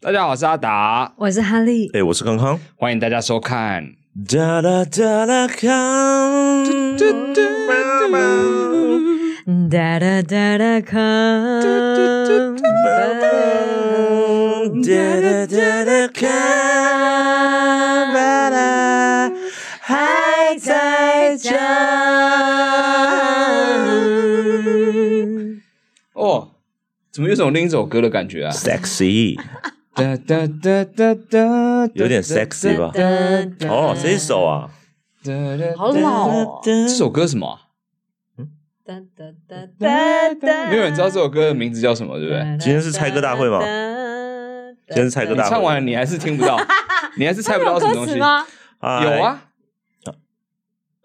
大家好，我是阿达，我是哈利，哎、我是康康。欢迎大家收看。哒啦哒啦康，哒哒哒哒康，哒啦哒啦康，巴拉还在讲。哦，怎么有种另一首歌的感觉啊？ Sexy，哒哒哒哒哒，有点 sexy 吧？哦，这一首啊，好老哦这首歌什么啊？哒哒哒哒哒，嗯没有人知道这首歌的名字叫什么，对不对？今天是猜歌大会吗今天是猜歌你大会唱完了，你还是听 不到，你还是猜不到什么东西。有吗？哎，啊，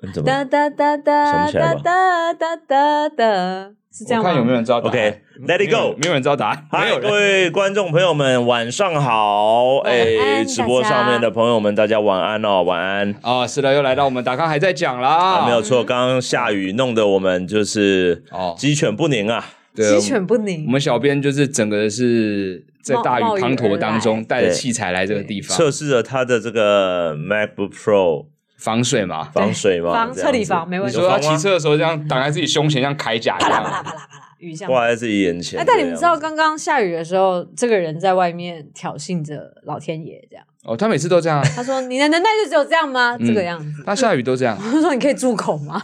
你怎哒么哒哒哒哒哒哒哒哒，是这样我吗？看有没有人知道答案。 ？OK，Let 没 it 有 go 人。没有人知道答案， 没嗨，有各人。位观众朋友们，晚上好！晚安哎，直播大家上面的朋友们，大家晚安哦，晚安。哦，是的，又来到我们打卡还在讲啦。啊，没有错，刚刚下雨弄得我们就是哦鸡犬不宁啊。对鸡犬不我宁。们小编就是整个是在大雨冒冒雨滂沱当而中来带着器材来这个地方测试了它的这个 MacBook Pro 防水嘛。防水嘛，防这样子彻底防没问你题说有他防骑吗？车的时候这样挡在自己胸前，像铠甲一啪啦啪啦样。啊啪啦啪啦，雨下。挂在自己眼前。哎，但你们这知道样子刚刚下雨的时候，这个人在外面挑衅着老天爷，这样哦，他每次都这 样，他说：“你的能耐就只有这样吗？”这个样子。 他下雨都这样。啊他说：“你可以住口吗？”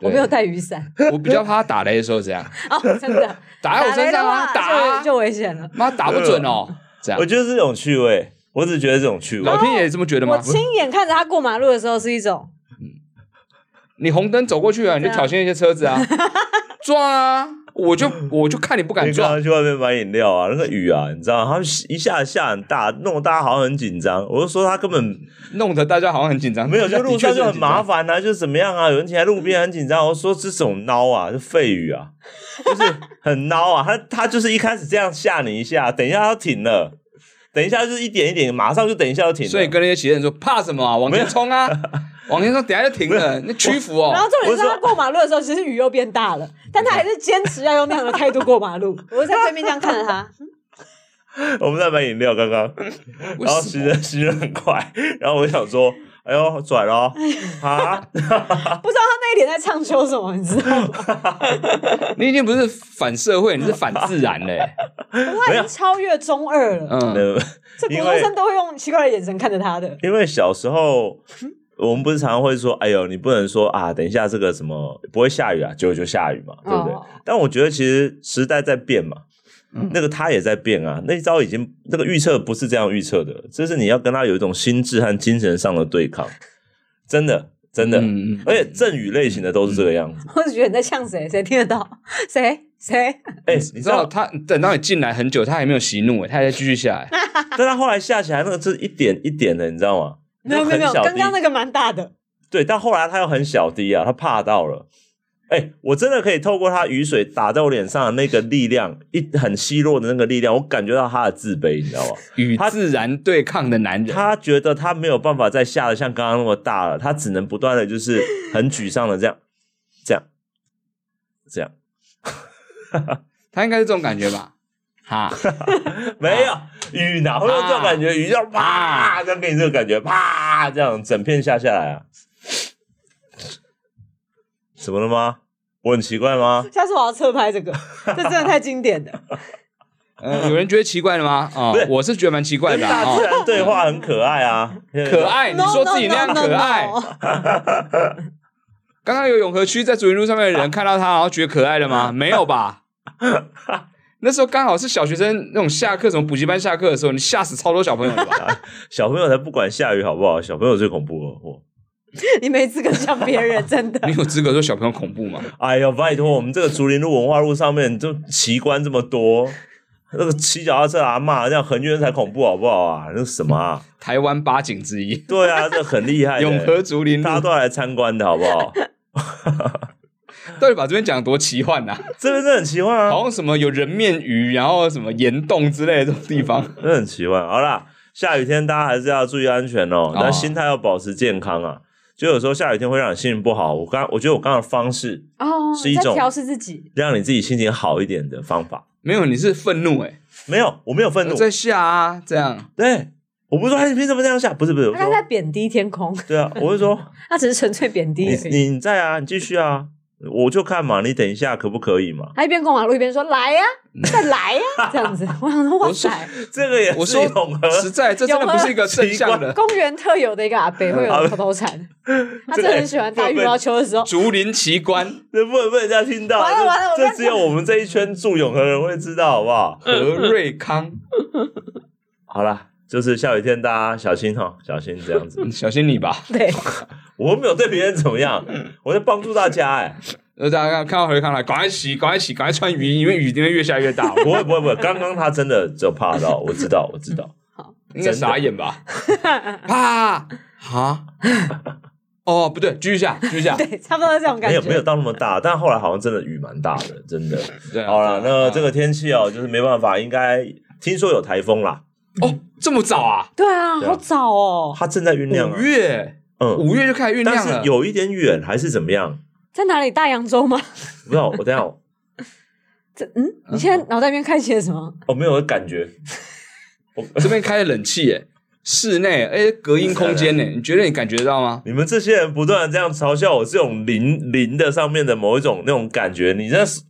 对我没有带雨伞我比较怕他打雷的时候这样，哦，真的打在我身上啊，打打雷的话啊就，就危险了。妈打不准哦，这样呃我。觉得是一种趣味，我只觉得这种趣味老。天爷这么觉得我吗？亲眼看着他过马路的时候是一种，你红灯走过去啊，你就对啊挑衅一些车子 啊，撞啊！我就我就看你不因敢为刚撞，刚去外面买饮料啊，那个雨啊，你知道，他们一下下很大，弄得大家好像很紧张。我就说他根本弄得大家好像很紧张。没 有，就路上就很麻烦。烦啊，就怎么样啊？有人停在路边很紧张，我哦说这种孬啊，是废雨啊，就是很孬啊。他他就是一开始这样吓你一下，等一下他停了，等一下就是一点一点，马上就等一下就停了。所以跟那些骑士说怕什么啊？往前冲啊！往前冲，等下就停了，那屈服然后哦。重点是他过马路的时候，其实雨又变大了，但他还是坚持要用那样的态度过马路。我就在对面这样看着他，我们在买饮料刚刚，为然后什吸么 的吸的很快，然后我想说，哎呦拽了哦啊，不知道他那一脸在唱秋什么，你知道吗？你已经不是反社会，你是反自然嘞、他已经超越中二了，嗯，那这国中生都会用奇怪的眼神看着他的。因为小时候。我们不是常常会说，哎呦，你不能说啊，等一下这个什么不会下雨啊，结果就下雨嘛，对不对？哦但我觉得其实时代在变嘛，嗯那个他也在变啊，那一招已经那个预测不是这样预测的，这是你要跟他有一种心智和精神上的对抗，真的真的，嗯嗯而且阵雨类型的都是这个样子。我只觉得你在呛谁，谁听得到？谁 谁？你哎、你知知道道，他等到你进来很久，他还没有息怒、他还在继续下来。但他后来下起来那个是一点一点的，你知道吗？没有没有没有，很小滴刚刚那个蛮大的，对，但后来他又很小滴啊，他怕到了。哎、我真的可以透过他雨水打在我脸上的那个力量，一很稀落的那个力量，我感觉到他的自卑，你知道吗？与自然对抗的男人，他觉得他没有办法再下的像刚刚那么大了，他只能不断的就是很沮丧的这样，这样，这样，他应该是这种感觉吧？哈，没有、雨哪会有这种感觉？雨就啊啪，这样给你这个感觉，啪，这样整片下下来啊？怎么了吗？我很奇怪吗？下次我要侧拍这 个，这真的太经典了。呃，有人觉得奇怪了吗？啊、不是我是觉得蛮奇怪跟的大啊、自然对话很可爱啊，可。爱，你 No, 说自己那样 no, no, 可爱。 no, no 刚刚有永和区在竹林路上面的啊人看到他，然后觉得可爱了 吗？没有吧？那时候刚好是小学生那种下课，什么补习班下课的时候，你吓死超多小朋友的 吧？小朋友才不管下雨好不好？小朋友最恐怖了。我 你没资格讲别人，真的你。有资格说小朋友恐怖吗？哎呦，拜嗯托，我们这个竹林路文化路上面就奇观这么多，那个骑脚踏车的阿嬷，这样横越才恐怖好不好啊？那什么啊？台湾八景之一，对啊，这很厉害的，永和竹林路大，家都要来参观的好不好？到底把这边讲得多奇幻呐、啊 这边真的很奇幻啊，好像什么有人面鱼，然后什么岩洞之类的这种地 方。真的很奇幻。好啦，下雨天大家还是要注意安全哦，但心态要保持健康啊。就有时候下雨天会让你心情不好，我刚我觉得我刚刚的方式哦，是一种你在调试自己。让你自己心情好一点的方法。没有，你是愤怒哎、没有，我没有愤怒我。在下啊，这 样对，我不是说哎你凭什么这样下？不是不是，我他在 说贬低天空，对啊，我是说他只是纯粹贬低你而已。你在啊，你继续啊，我就看嘛，你等一下可不可 以嘛？他一边过马路一边说：“来呀、嗯再来呀、这样子。我想说，哇我说塞，这个也我是说一种和实在，这真的不是一个正向 的。公园特有的一个阿伯会有人偷偷铲，他真的很喜欢打羽毛球的时候，竹林奇 观，这不能被人家听到，完了完了我这跟嗯这只有我们这一圈住永和人会知道，好不好？何瑞康，好啦，就是下雨天大家小心哈、小心这样子。嗯小心你吧。对， 我没有对别人怎么样，嗯我在帮助大家哎、呃，大家看到何瑞康来，赶快洗，赶快洗，赶快穿雨衣，因为雨今天越下越大，不会不会不会，刚刚他真的就怕到，我知道我知道，应该傻眼吧？啪！啊！哦，不对，继续下，继续 下。对，差不多是这种 感没觉。有没有到那么大，但后来好像真的雨蛮大的，真的。嗯对啊好了，对啊那啊这个天气哦，就是没办法，应该听说有台风啦，哦，这么早啊？对啊，好早哦，它正在酝酿、五啊，月，嗯，五月就开始酝但酿了是。有一点远还是怎么样？在哪里？大洋洲吗？不知道，我等一下这嗯，你现在脑袋里面开启了什么？哦我没有感觉，我这边开了冷气耶，室内哎隔音空间呢，啊你觉得你感觉到吗？你们这些人不断的这样嘲笑我这种零零的上面的某一种那种感觉，你这是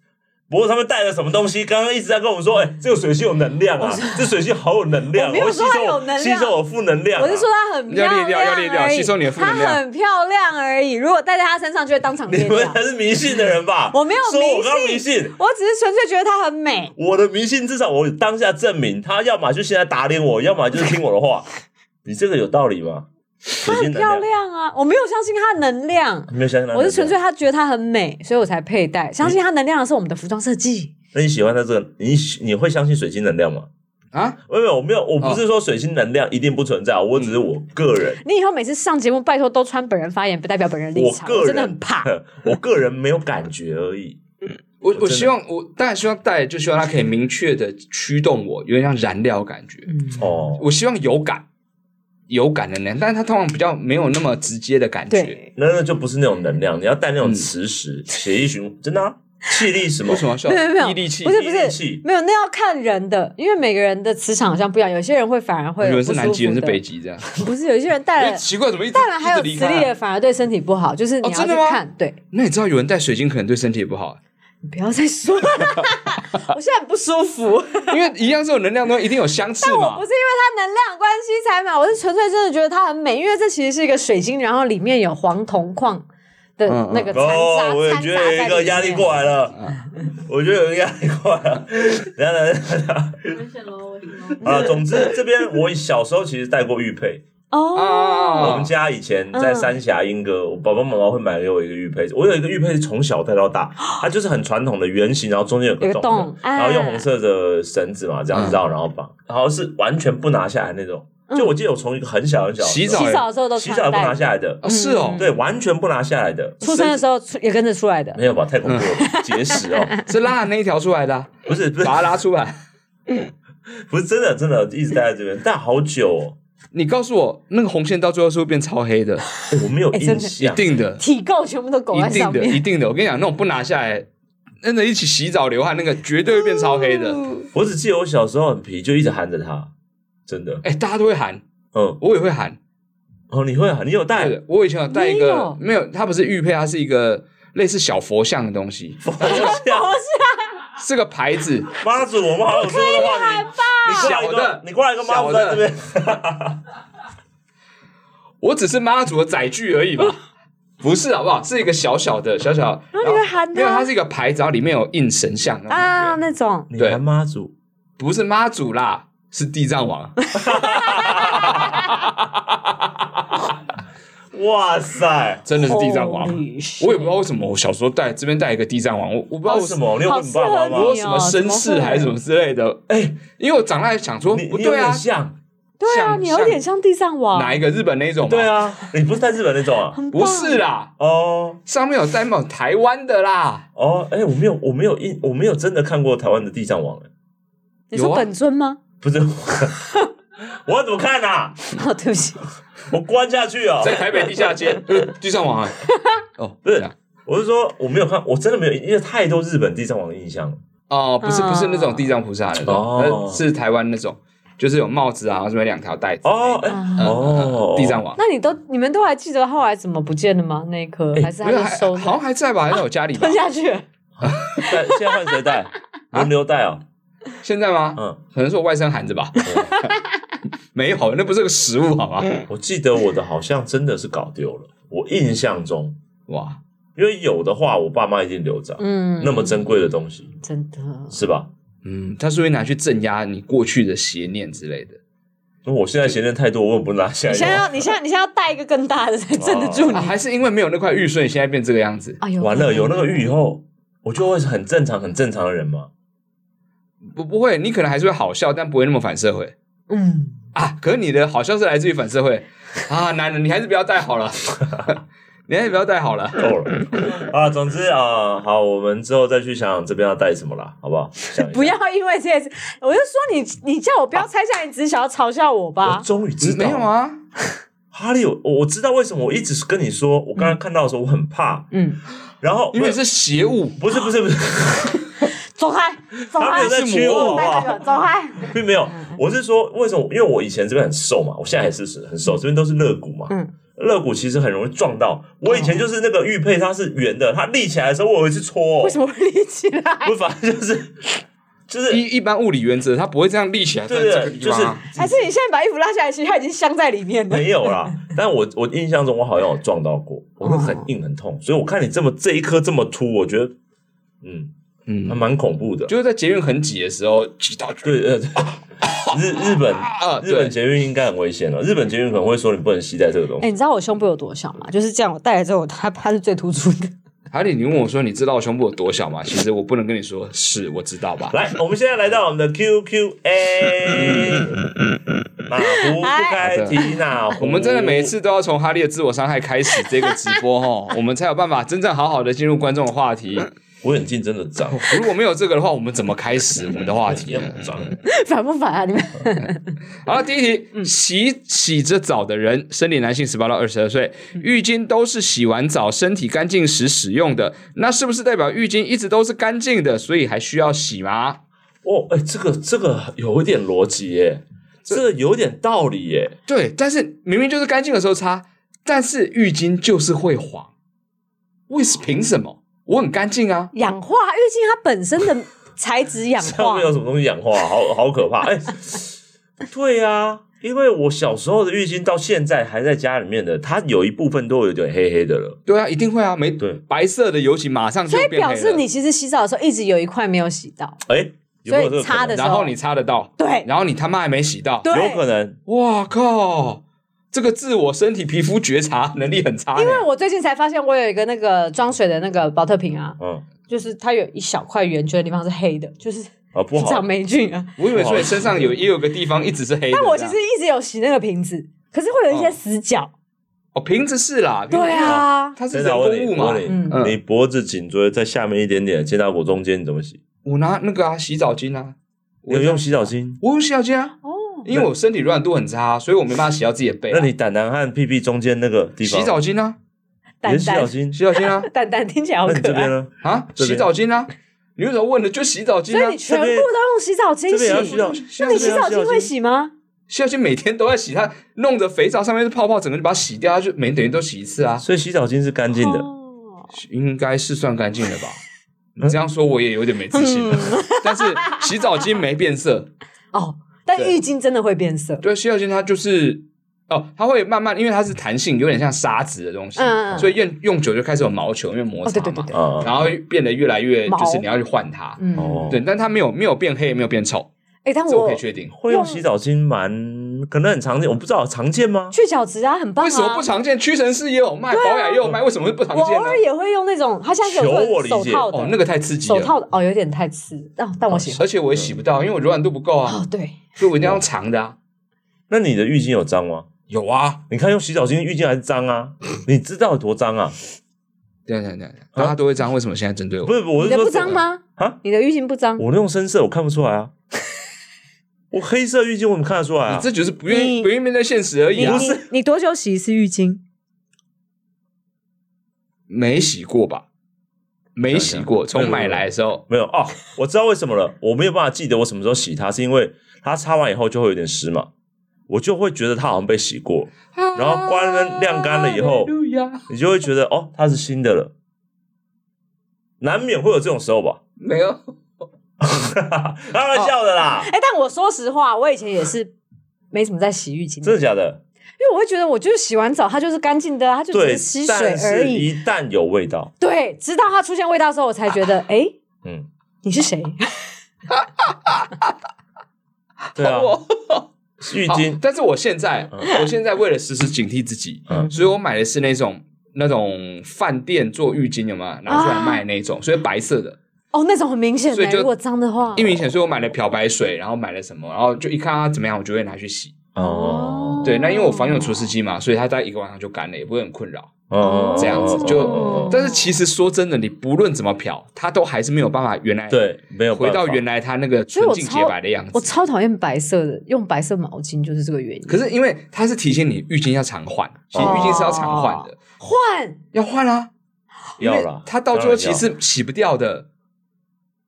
脖子上面带了什么东西？刚刚一直在跟我们说，哎、这个水星有能量啊，这水星好有能量，我没有会吸说它收有我能量吸收我负能量、啊。我是说她很漂嗯要亮裂掉要裂掉而已吸收你的负能量她很漂亮而已。如果戴在她身上，就会当场你裂们掉才。是迷信的人吧？啊我没有说我迷信刚迷信。我只是纯粹觉得她很美。我的迷信，至少我当下证明，他要么就现在打脸我，要么就是听我的话。你这个有道理吗？水星很能漂量，亮啊！我没有相信她的能量，你没有相信他？我是纯粹。她觉得她很美，所以我才佩戴。相信她能量的是我们的服装设计。那你喜欢他这个？你喜你会相信水晶能量吗？啊，没有，没有，我没有，我不是哦说水星能量一定不存在，我只是我个人， 你以后每次上节目，拜托都穿本人发言，不代表本人立我场，个我人真的很怕。 我个人没有感觉而已。我真的我希望我当然希望带，就希望它可以明确的驱动我，有点像燃料的感觉。嗯哦，我希望有感，有感能量，但是它通常比较没有那么直接的感觉。对，那那就不是那种能量，你要带那嗯种磁石、血液循环，真的、啊，气力什么为？什么要笑？没有没有毅力气不，是不力是气，没有，那要看人的，因为每个人的磁场好像不一样，有些人会反而会有人不是舒南极，有人服是的北极这样。不是，有些人戴哎，了奇怪， 怎么一直戴了还有一直磁离力开的，啊？反而对身体不好，就是你哦要真去的吗看，对，那你知道有人戴水晶可能对身体也不好，啊你不要再说， 我现在很不舒服。因为一样是有能量的东西，一定有相似我嘛不。是因为它能量关系才买，我是纯粹真的觉得它很美，因为这其实是一个水晶，然后里面有黄铜矿的嗯嗯那个掺杂，哦，我也掺杂觉得有在一个里压力面嗯过来了，我觉得有一个压力过来了。 然后呢，啊，总之这边我小时候其实戴过玉佩，啊哦，我们家以前嗯在三峡莺歌，我爸爸妈妈会买给我一个玉佩，我有一个玉佩是从小戴到大，它就是很传统的圆形，然后中间有哦有个个洞洞的，啊然后用红色的绳子嘛这样嗯绕，然后绑，好像是完全不拿下来那种。就我记得我从一个很小很小的时候洗澡嗯洗澡的时候都洗穿澡也不拿戴，下来的哦，，是嗯哦，对，完全不拿下来的，出生的时候出也跟着出来的没。有吧？太恐怖了，结 石哦，是拉的那一条出来的啊，不是不是把它拉出来。不是真的真的一直戴在这边，戴好久哦，你告诉我，那个红线到最后是会变超黑的，哎我没有哎真的印一象，定的，体垢全部都狗在一上定的，面一，定的。我跟你讲，那种不拿下来，跟着一起洗澡流汗，那个绝对会变超黑的。哦我只记得我小时候很皮，就一直含着它，真的，哎、大家都会喊，嗯，我也会喊。哦，你会啊，你有戴对。的，我以前有带一你个有，没有，它不是玉佩，它是一个类似小佛像的东西，不哦是啊是个牌子， 妈祖，我们好有说的话，你你过来一小的个，你过来一个妈小祖的在这边，我只是妈祖的载具而已吧。不是好不好？是一个小小的、小小，然后你会喊它没有，它是一个牌子，然后里面有印神像那种感觉啊，那种你对喊妈祖，不是妈祖啦，是地藏王。啊哇塞，真的是地藏王。 Holy 我也不知道为什么，我小时候带这边带一个地藏王，我我不知道哦为什，么？你有问你爸爸好我有？适合吗什么身世还是什么之类的。哎，因为我长大想说，你不你有对啊点，像，对啊，像你有点像地藏王，哪一个日本那一种吗？对，啊，你不是在日本那种啊？很棒不是啦，哦上面有带某台湾的啦，哦，哎，我没有，我没有印，我没有真的看过台湾的地藏王，哎你有说啊本尊吗？不是，我我怎么看啊？ 哦，对不起，我关下去哦。在台北地下街，呃 地藏王啊，哦，不是这样我是说我没有看，我真的没有，因为太多日本地藏王的印象了。哦，不是不是那种嗯地藏菩萨那种，哦呃是台湾那种，就是有帽子啊，然后这边两条带子。哦哎嗯，嗯嗯哦，地藏王， 那你都你们都还记得后来怎么不见了吗？那一颗哎还是不还是是还收好像 还在吧？还在我家里吧吞？下去了？带现在换谁带？轮流带哦，现在吗？嗯，可能是我外甥含着吧。 没有，那不是个食物，好吧？我记得我的好像真的是搞丢了，我印象中，哇，因为有的话我爸妈一定留着，嗯，那么珍贵的东西真 的，是吧？嗯，他是会拿去镇压你过去的邪念之类的。那我现在闲钱太多，我也不拿起来你现在用要啊。你现在你现在要带一个更大的才镇得住啊，你。还是因为没有那块玉，所以现在变这个样子。哎呦，完了，有那个玉以后，我就会是很正常、很正常的人嘛。不不会，你可能还是会好笑，但不会那么反社会嗯，啊。可是你的好笑是来自于反社会啊，男人，你还是不要戴好了， 你还是不要戴好了。够了啊！总之啊、好，我们之后再去想想这边要带什么啦，好不好？想一下不，要因为这件事，我就说你，你叫我不要拆下来，你只是想要嘲笑我啊我吧？终于知道没有了，啊，哈利，我我知道为什么我一直跟你说，我刚才看到的时候我很怕，嗯，然后因为是邪物，不是不是不是， 走开，走开他没有，在是驱魔我物带啊这，个走开。 并没有，嗯我是说为什么？因为我以前这边很瘦嘛，我现在也是很瘦，这边都是肋骨嘛。嗯肋骨其实很容易撞到。我以前就是那个玉佩，它是圆的，它立起来的时候，我有一次戳、哦。为什么会立起来？不是，反正就是就是一一般物理原则，它不会这样立起来在对这个对，地就方是啊。还是你现在把衣服拉下来，其实它已经镶在里面了。没有啦。但我我印象中我好像有撞到过，我会很硬很痛，所以我看你这么这一颗这么凸，我觉得嗯，还嗯，蛮恐怖的。就是在捷运很挤的时候挤到对呃，对日日本啊，日本对，捷运应该很危险了，日本捷运可能会说你不能携带这个东哎、你西。知道我胸部有多小吗？就是这样，我戴了之后，它它是最突出的。海里，你问我说你知道我胸部有多小吗？其实我不能跟你说是我知道吧。 来，我们现在来到我们的嗯 QQA，哪壶不开提哪壶。我们真的每一次都要从哈利的自我伤害开始这个直 播哈，我们才有办法真正好好的进入观众的话题。我眼镜真的脏， 如果没有这个的话，我们怎么开始我们的话题也呢？很脏。 烦不烦啊？嗯你们好了，第一题，洗洗着澡的人，生理男性十八到二十二岁，浴巾都是洗完澡身体干净时使用的，那是不是代表浴巾一直都是干净的，所以还需要洗吗？哦，哎、这个这个有一点逻辑耶，这个有点道理耶。对，但是明明就是干净的时候擦，但是浴巾就是会黄，为什凭什么？我很干净啊，氧化浴巾它本身的材质氧上 化面，有什么东西氧化，好好可怕。哎、对呀、因为我小时候的浴巾到现在还在家里面的，它有一部分都有点黑黑的了。对啊，一定会啊，没对白色的油漆马上就所以变表黑示了，你其实洗澡的时候一直有一块没有洗到。哎、有没有这个可能所以擦的时然后你擦得到，对然后你他妈还没洗到，对，有可能哇靠！这个自我身体皮肤觉察能力很差呢，因为我最近才发现，我有一个那个装水的那个保特瓶啊，嗯就是它有一小块圆圈的地方是黑的，就是啊不好长，霉菌啊。我以为说你身上有也有个地方一直是黑的这样。但我其实一直有洗那个瓶子，可是会有一些死角。哦瓶子是啦，嗯对啊， 它是真人的我问工你物嘛我。问你嗯，嗯你脖子颈椎在下面一点点，肩胛骨中间，你怎么洗？我拿那个啊洗澡巾啊，你有用洗澡巾？我用洗澡巾啊，哦，因为我身体柔软度很差，所以我没办法洗到自己的背啊。那你胆囊和屁屁中间那个地方，洗澡巾啊，也蛋是洗澡蛋洗巾，澡巾 啊蛋蛋听起来好那你这可边爱，呢？啊这洗边澡巾啊，你为什么问的就洗澡巾所以啊你？全部这都边用洗澡巾这边也要洗澡洗。，那你洗澡巾会洗吗？洗澡巾每天都在洗，它弄得肥皂上面是泡泡，整个就把它洗掉，它就每等于都洗一次啊，所以洗澡巾是干净的。哦 应该是算干净了吧？你这样说我也有点没自嗯信了， 但是洗澡巾没变色，哦，但对浴巾真的会变色。对，洗澡巾它就是哦，它会慢慢，因为它是弹性，有点像沙子的东西，嗯嗯所以用用久就开始有毛球，因为摩哦，擦对嘛，对对对，啊，然后变得越来越，毛就是你要去换它，嗯，哦对，但它没有没有变黑，也没有变臭，哎，但这我我可以确定。会用洗澡巾蛮可能很常见，我不知道常见吗？去角质啊，很棒啊。为什么不常见？屈臣氏也有卖，保养也有卖，为什么会不常啊我见偶尔呢？也会用那种，它现在是有求我做理手解套的，哦，那个太刺激手了，套的哦，有点太刺，但但我喜欢。而且我也洗不到，因为我柔软度不够啊哦，，对，所以我一定要用长的啊。那你的浴巾有脏吗？有啊，你看用洗澡巾浴巾还是脏啊？你知道有多脏啊？对对对，大家都会这样，为什么现在针对不我？是，我你是的说不脏？吗？啊，你的浴巾不脏？我那种深色我看不出来 啊，我黑色浴巾我怎么看得出来你啊？这就是不愿意你不愿意面对现实而已你啊你，你多久洗一次浴巾？没洗过吧？没洗过，从买来的时候，没有哦，我知道为什么了，我没有办法记得我什么时候洗它，是因为它擦完以后就会有点湿嘛，我就会觉得它好像被洗过，然后关了晾干了以后你就会觉得哦，它是新的了，难免会有这种时候吧， 没有，开玩笑的啦，哎、但我说实话，我以前也是没怎么在洗浴巾，因真的假的？为我会觉得我就是洗完澡它就是干净的啊，它就只对是吸，水但而是已。一旦有味道，对，直到它出现味道的时候，我才觉得，哎、嗯，你是谁？对啊，我哦浴好巾，但是我现在，嗯我现在为了时时警惕自己，嗯所以我买的是那种那种饭店做浴巾有没有拿出啊来卖那种，所以白色的，哦，那种很明显的、所以就如果脏的话一，明显，所以我买了漂白水，然后买了什么，然后就一看它怎么样，我就会拿去洗。哦对，那因为我房间有除湿机嘛，所以它在一个晚上就干了，也不会很困扰。哦这样子就哦但是其实说真的，你不论怎么漂，它都还是没有办法原来对，没有回到原来，来它那个所纯以我净超洁白的样我子。超讨厌白色的，用白色毛巾就是这个原因。可是因嗯为它是提醒你浴巾要常换，其实浴巾是要常换哦的，换要换啊，因要为啦，它到最后当其然要实洗不掉的。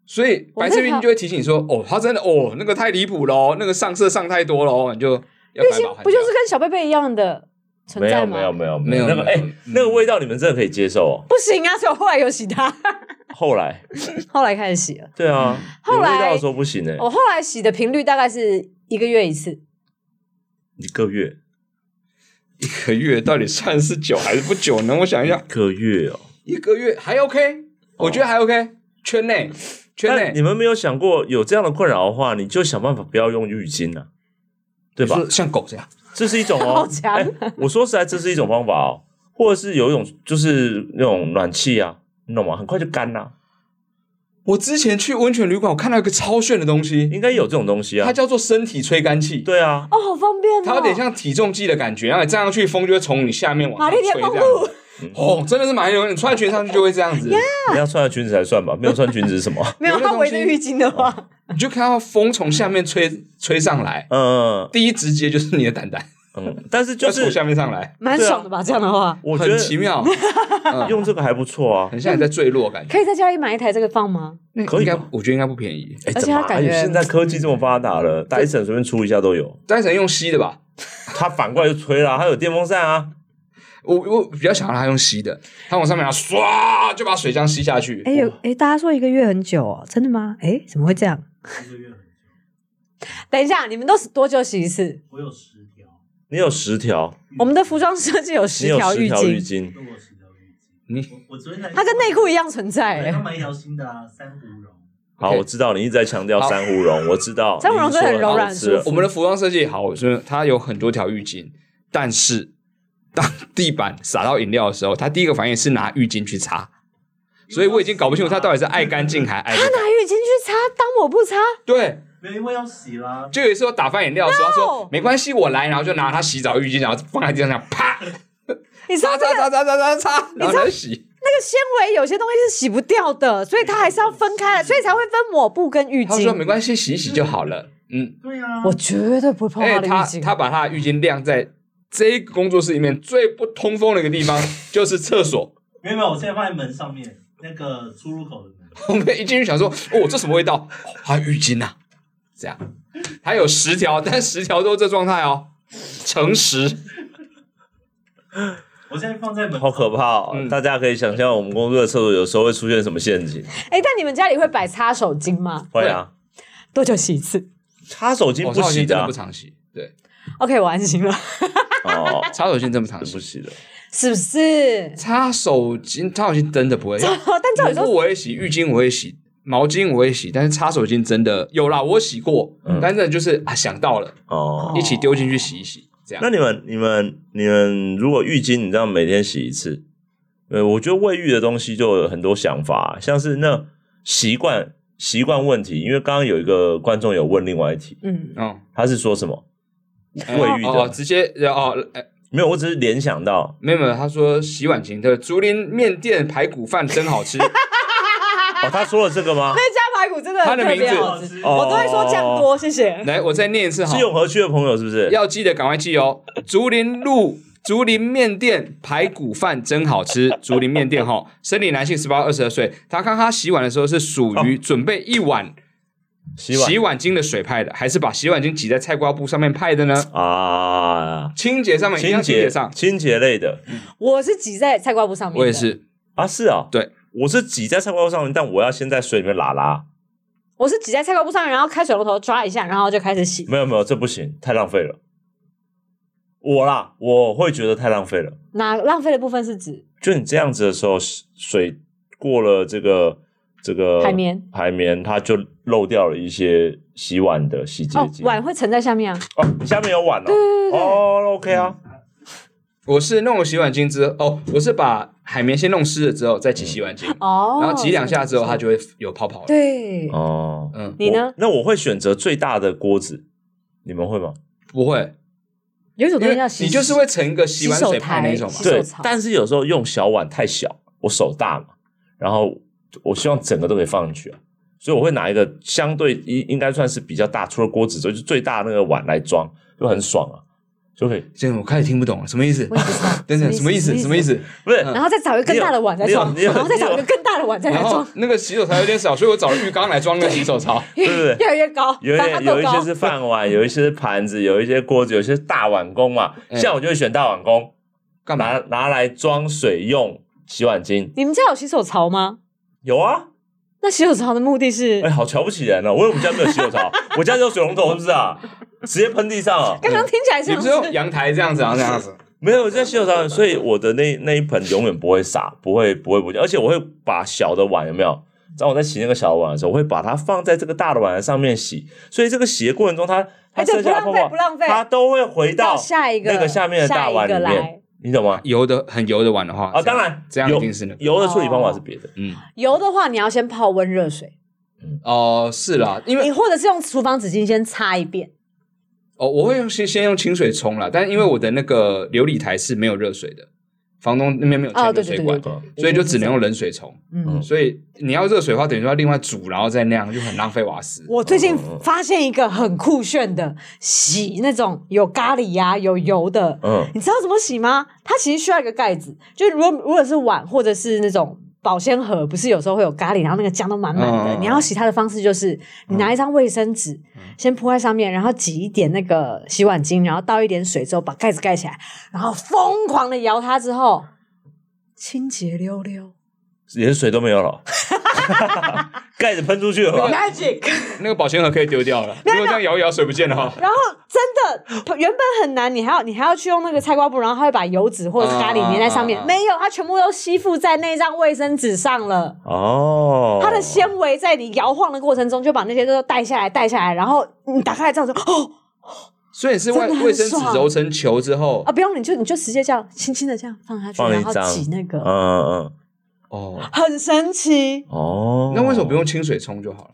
所以白色浴巾就会提醒你说，哦，它真的哦，那个太离谱喽，那个上色上太多哦喽，你就要浴赶快把它巾换不就掉是跟小贝贝一样的存没在有吗？没有没有没有那没个有哎，那个味道你们真的可以接受哦。不行啊，所以我后来有洗它， 后来，后来开始洗了。对啊，有后来味道的时候不行哎，我后来洗的频率大概是一个月一次，一个月一个月到底算是久还是不久呢？我想一下一，个月哦。一个月还 OK，我觉得还 OK，圈内圈但你内们没有想过有这样的困扰的话，你就想办法不要用浴巾啊，对吧？是像狗这样，这是一种哦好，强啊哎我说实在，这是一种方法哦，或者是有一种就是那种暖气啊，你懂吗？很快就干啦、我之前去温泉旅馆，我看到一个超炫的东西，应该有这种东西啊它。叫做身体吹干器，对啊，哦，好方便哦。它有点像体重计的感觉，然后你站上去，风就会从你下面往玛上丽吹莲这梦样露子。哦，真的是蛮有，你穿裙上去就会这样子，你要穿着裙子才算吧，没有穿裙子是什 么？ 没有有那它东围西着浴巾的话，你就看到风从下面吹吹上来，嗯第一直接就是你的蛋蛋，嗯，但是就就从是下面上来，蛮爽的吧？这样的话，我觉很奇得妙，用这个还不错啊。很像你在坠落感觉。可以在家里买一台这个放吗？那 可以应该吧，我觉得应该不便宜。哎，而且怎么它感哎觉现在科技这么发达了，戴森随便出一下都有。单纯用吸的吧，它反过来就吹了，它有电风扇啊。我我比较想让它用吸的，它往上面拿唰就把水这样吸下去。哎、有哎、大家说一个月很久哦，真的吗？哎、怎么会这样？等一下，你们都是多久洗一次？我有十条，你有十条，我们的服装设计有十你有条十浴条浴巾，巾，我有十条浴巾。你我我昨天才它跟内裤一样存在、对，哎他买一条新的啊，珊瑚绒。好， OK 我知道你一直在强调好珊瑚绒，我知道 珊瑚绒你一直真的很说柔软好吃了舒我们的服装设计好，所以它有很多条浴巾，但是当地板洒到饮料的时候，它第一个反应是拿浴巾去擦，所以我已经搞不清楚它到底是爱干净还爱不拿浴巾去擦，当我不擦，对。没有，因为要洗啦。就有一次我打翻饮料的时候，他 No！说没关系，我来，然后就拿他洗澡浴巾，然后放在地上这样啪你知道擦这擦个擦擦擦擦擦，然后再洗。那个纤维有些东西是洗不掉的，所以它还是要分开来，所以才会分抹布跟浴他说没巾。关系，洗一洗就好了。嗯，对啊，我绝对不会碰哎、它的浴他巾。他把他的浴巾晾在这个工作室里面最不通风的一个地方，就是厕所。没有没有，我现在放在门上面那个出入口的门。 我们一进去想说，哦，这什么味道？哦、还有浴巾呐、啊，这样。他有十条，但十条都是这状态哦，诚实。我现在放在门，好可怕哦！嗯大家可以想象我们工作的厕所有时候会出现什么陷阱。哎、但你们家里会摆擦手巾吗？会啊，多久洗一次擦手巾我不擦手巾洗真的的啊不常洗，对， ？OK，我安心了，哦，擦手巾真的不常不洗。洗的。是不是？擦手巾，擦手巾真的不会。 但照抹理说布我会洗，浴巾我会洗，毛巾我会洗，但是擦手巾真的有啦，我洗过，嗯但真的就是啊想到了，哦，一起丢进去洗一洗，这样。那你们、你们、你们，如果浴巾你这样每天洗一次，呃，我觉得卫浴的东西就有很多想法，啊像是那习惯习惯问题，因为刚刚有一个观众有问另外一题，嗯，嗯，他是说什么卫浴哦，的？直接哦，呃没有，我只是联 想到没有没有，他说洗碗巾，他说竹林面店排骨饭真好 吃，哦，他说了这 个吗？那家排骨真的它的特别名字哦好吃，哦我都会说酱多，谢谢。来我再念一次哈 是，永和区的朋友是不是？要记得赶快记哦，竹林路竹林面店排骨饭真好吃。竹林面店哈，生理男性十八二十二岁，他看他洗碗的时候是属于准备一碗洗碗洗碗巾的水派的，还是把洗碗巾挤在菜瓜布上面派的呢？啊，清洁上面一定清要清洁洁上，清洁类的我是挤在菜瓜布上面的，我也，是，啊，是啊，对，我是挤在菜瓜布上面，但我要先在水里面拉拉，我是挤在菜瓜布上面，然后开水龙头抓一下，然后就开始洗。嗯没有没有，这不行，太浪费了。我啦，我会觉得太浪费了。那浪费的部分是指就你这样子的时候，水水过了这个这个海绵，海绵它就漏掉了一些洗碗的洗洁哦，精。碗会沉在下面啊。哦，你下面有碗哦。对对对哦，OK 啊，嗯我是弄了洗碗巾之后，哦，我是把海绵先弄湿了之后再挤洗碗巾，哦，然后挤两下之后它就会有泡泡了。对，哦，嗯，你呢我？那我会选择最大的锅子，你们会吗？不会，有一种因东西为叫洗，你就是会成一个洗碗水派那种嘛洗手。台对槽，但是有时候用小碗太小，我手大嘛，然后我希望整个都可以放进去啊，所以我会拿一个相对应应该算是比较大，除了锅子之后就最大那个碗来装，就很爽啊，就可以。这我开始听不懂了，什么意思我？也不知道， 等等，什么意思？什么意？思？不是，然后再找一个更大的碗再装，你有你有然后再找一个更大的 碗再来然后装，那个洗手槽有点少，所以我找了浴缸来装那个洗手槽。对对对。越来越高，有一反正点它有够一些高。是饭碗，有一些是盘子，有一些锅子，有一些大碗公嘛。嗯像我就会选大碗公， 干嘛拿？拿来装水用洗碗巾。你们家有洗手槽吗？有啊，那洗手槽的目的是哎、？好瞧不起人哦！我以为我们家没有洗手槽，我家只有水龙头，是不是啊？直接喷地上啊！刚刚听起来你像不是用阳台这样子啊？这样子，没有，我在洗手槽，所以我的那那一盆永远不会洒，不会不会不见，而且我会把小的碗有没有？然后我在洗那个小的碗的时候，我会把它放在这个大的碗上面洗，所以这个洗的过程中，它它哎对剩下的不浪泡费泡不浪费它都会回到到下一个那个下面的大碗里下一个面来，你懂吗？油的很油的碗的话啊，当然，这样油一定是那个油的处理方法是别的，嗯，油的话，你要先泡温热水，哦，是啦，因你为或者是用厨房纸巾先擦一遍。哦，我会用先先用清水冲啦，但因为我的那个琉璃台是没有热水的，房东那边没有哦牵热对对水对管对，对所以就只能用冷水冲。嗯嗯，所以你要热水的话，等于说要另外煮，然后再那样，就很浪费瓦斯。我最近发现一个很酷炫的洗那种有咖喱呀、有油的，嗯你知道怎么洗吗？它其实需要一个盖子，就是如果如果是碗或者是那种保鲜盒，不是有时候会有咖喱，然后那个酱都满满的。嗯嗯嗯你要洗它的方式就是，你拿一张卫生纸、先铺在上面，然后挤一点那个洗碗巾，然后倒一点水之后把盖子盖起来，然后疯狂的摇它之后，清洁溜溜连水都没有了， 盖子喷出去 了。 ，magic。那个保鲜盒可以丢掉了，如果这样摇一摇水不见了哈。然后真的原本很难，你还要你还要去用那个菜瓜布，然后它会把油脂或者是咖喱粘在上面，啊啊啊啊没有，它全部都吸附在那张卫生纸上了。哦，它的纤维在你摇晃的过程中，就把那些都带下来，带下来，然后你打开来之后说：“ 哦所以是卫真的很卫生纸爽揉成球之后啊，，不用，你就你就直接这样轻轻的这样放下去，放一然后张挤那嗯个，嗯嗯哦，很神奇。哦，那为什么不用清水冲就好了？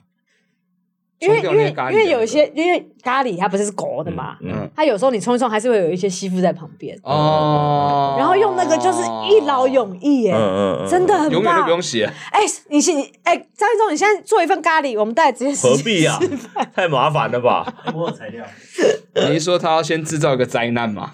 因为冲掉因那为个咖喱的那个因为有一些因为咖喱它不是是裹的嘛，嗯嗯它有时候你冲一冲还是会有一些吸附在旁边，哦，啊然后用那个就是一劳永逸耶嗯，嗯嗯，真的很永远都棒不。用洗 了。哎、你现你哎，张一中，你现在做一份咖喱，我们带来直接试嗯何必呀、太麻烦了吧？我有材料，你是说他要先制造一个灾难嘛？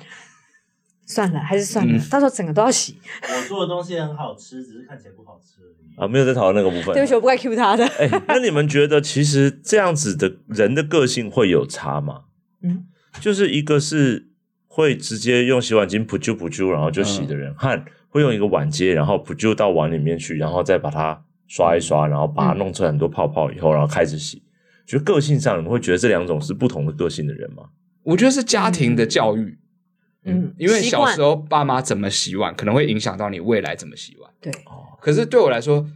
算了，还是算了，嗯到时候整个都要洗。我做的东西很好吃，只是看起来不好吃而已。啊，没有在讨论那个部分。对不起，我不该 Q 他的。哎、那你们觉得其实这样子的人的个性会有差吗？嗯，就是一个是会直接用洗碗巾扑啾扑啾，然后就洗嗯的人，和会用一个碗接，然后扑啾到碗里面去，然后再把它刷一刷，然后把嗯它弄出很多泡泡以后，然后开始洗。就个性上，你们会觉得这两种是不同的个性的人吗？我觉得是家庭的教育，嗯，因为小时候候爸妈怎么洗碗，可能会影响到你未来怎么洗碗。对，可是对我来说，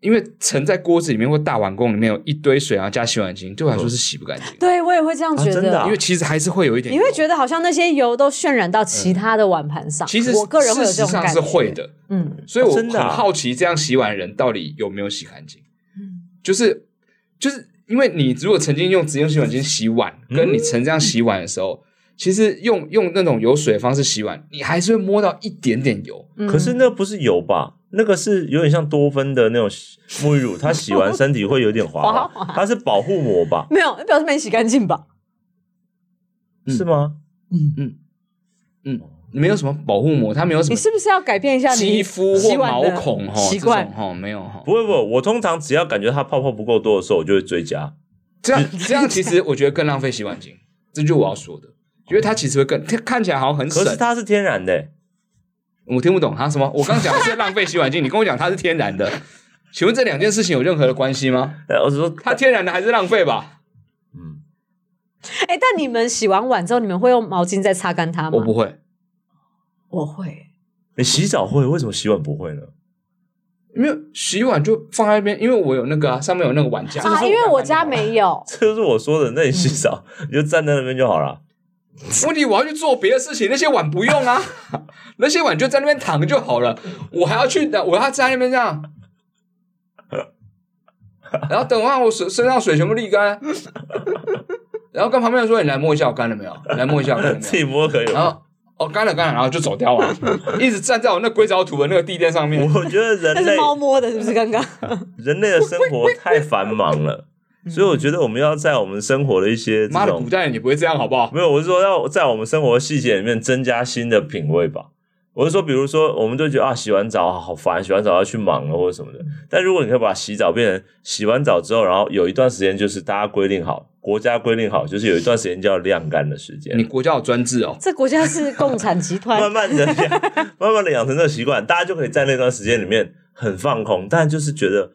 因为盛在锅子里面或大碗公里面有一堆水，然啊后加洗碗巾，对我来说是洗不干净的。对我也会这样觉啊真的得。啊因为其实还是会有一点你油，会觉得好像那些油都渲染到其他的碗盘上，嗯其实我个人会有这事实种感上觉。是会，的，嗯，所以我啊真很的啊好奇这样洗碗的人到底有没有洗干净嗯。就是就是因为你如果曾经用直用洗碗巾洗碗，跟嗯你曾这样洗碗的时候，其实用用那种有水的方式洗碗，你还是会摸到一点点油。嗯可是那不是油吧？那个是有点像多芬的那种洗沐浴乳，它洗完身体会有点滑 滑，滑滑它是保护膜吧？没有，那表示没洗干净吧？嗯是吗？嗯嗯嗯，没有什么保护膜，它没有什你么是不是要改变一下你肌肤洗或碗毛的孔哈，习惯？哈没有哈。不会不会，我通常只要感觉它泡泡不够多的时候，我就会追加。这样这样其实我觉得更浪费洗碗巾，这就是我要说的，因为它其实会更它看起来好像很省可，是它是天然的、我听不懂他什么。我刚讲的是浪费洗碗巾，你跟我讲它是天然 的，请问这两件事情有任何的关系吗？呃，我是说它天然的还是浪费吧？嗯，哎、但你们洗完碗之后，你们会用毛巾再擦干它吗？ 我不会，我会。你洗澡会，为什么洗碗不会呢？ 。没有洗碗就放在那边，因为我有那个、啊、上面有那个碗架啊，因为我家。没有这就是我说的，那你洗 澡、你就站在那边就好了。问题我要去做别的事情，那些碗不用啊，那些碗就在那边躺就好了。我还要去，我要在那边这样， 然后等会儿我身身上水全部沥干，然后跟旁边人说：“你来摸一下我干了没有？来摸一下我干了没有自？”己摸可以 然吗？后哦干了干了，然后就走掉了，一直站在我那硅藻土的那个地垫上面。我觉得人那是类猫摸的，是不 是？刚刚人类的生活太繁忙了，所以我觉得我们要在我们生活的一些嗯妈这的，种古代人也不会这样好不好？没有，我是说要在我们生活细节里面增加新的品味吧。我是说，比如说，我们就觉得啊，洗完澡好烦，洗完澡要去忙了或者什么的。但如果你可以把洗澡变成洗完澡之后，然后有一段时间就是大家规定好，国家规定好，就是有一段时间叫晾干的时间你，国家有专制哦，这国家是共产集 慢团，慢的慢慢的养成这个习惯，大家就可以在那段时间里面很放空，但就是觉得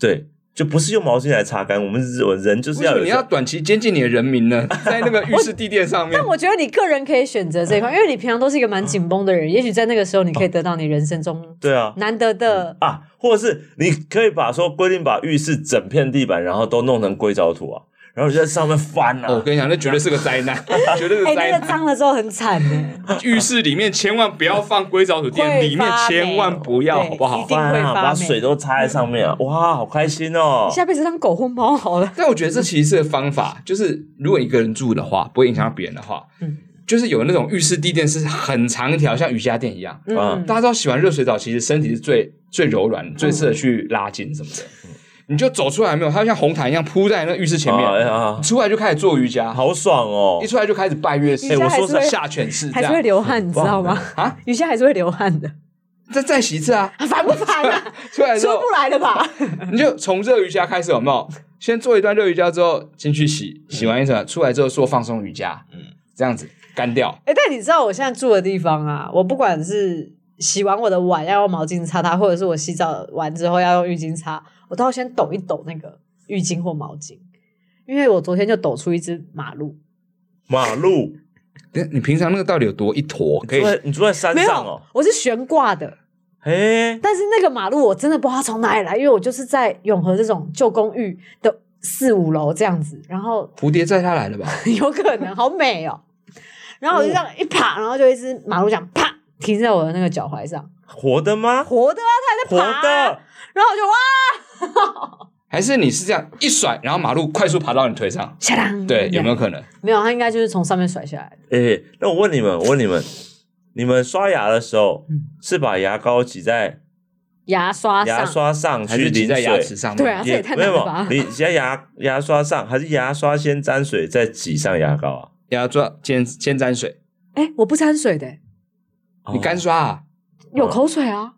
对，就不是用毛巾来擦干，我们人人就是为什要么有你要短期监禁你的人民呢？在那个浴室地垫 上面但，我觉得你个人可以选择这一块，因为你平常都是一个蛮紧绷的人，也许在那个时候你可以得到你人生中对啊，难得的。啊，或者是你可以把说规定把浴室整片地板，然后都弄成硅藻土啊，然后你在上面翻哦我啊，跟你讲，那绝对是个灾 难，绝对是哎、灾那个难。脏了之后很惨呢，浴室里面千万不要放硅藻土垫，会里面发霉哦千万不要，对好不好一？定翻会啊，发把霉水都擦在上面嗯啊，哇，好开心哦你！下辈子当狗或猫好了。但我觉得这其实是个方法，就是如果一个人住的话，不会影响到别人的话，嗯就是有那种浴室地垫是很长一条，像瑜伽垫一样，嗯嗯，大家知道洗完热水澡，其实身体是最最柔软、最适合去拉筋什么的。嗯你就走出来没有？它像红毯一样铺在那个浴室前面，啊哎啊你，出来就开始做瑜伽，好爽哦一！出来就开始拜月式。瑜伽还是我说会下犬式这还是会样，流汗，你知道吗？ 啊，鱼虾还是会流汗的，再再洗一次 啊！啊烦不烦啊？出来之出后不来了吧？你就从热瑜伽开始，有没有？先做一段热瑜伽之后进去洗，洗完一整出来之后做放松瑜伽，嗯，这样子干掉。 哎、但你知道我现在住的地方啊，我不管是洗完我的碗要用毛巾擦它，或者是我洗澡完之后要用浴巾擦，我都要先抖一抖那个浴巾或毛巾，因为我昨天就抖出一只马路，马路，你你平常那个到底有多一坨？可以你住在你住在山没上有哦，，我是悬挂的，嘿，但是那个马路我真的不知道它从哪里来，因为我就是在永和这种旧公寓的四五楼这样子，然后蝴蝶载它来了吧？ 有可能，好美哦。然后我就这样一爬，然后就一只马路这样啪停在我的那个脚踝上，活的吗？活的啊，它活还在爬、的。然后我就哇，还是你是这样一甩，然后马路快速爬到你腿上？下当。对，有没有有？可能？没有，它应该就是从上面甩下来的。哎、那我问你们，我问你们，你们刷牙的时候嗯是把牙膏挤在牙刷上，牙刷上还去是挤淋在牙水？齿上面？对啊，这也也太没难有了吧？你挤在牙牙刷上，还是牙刷先沾水再挤上牙膏啊？牙刷先先沾水，哎、我不沾水的、你干刷啊？有口水啊。哦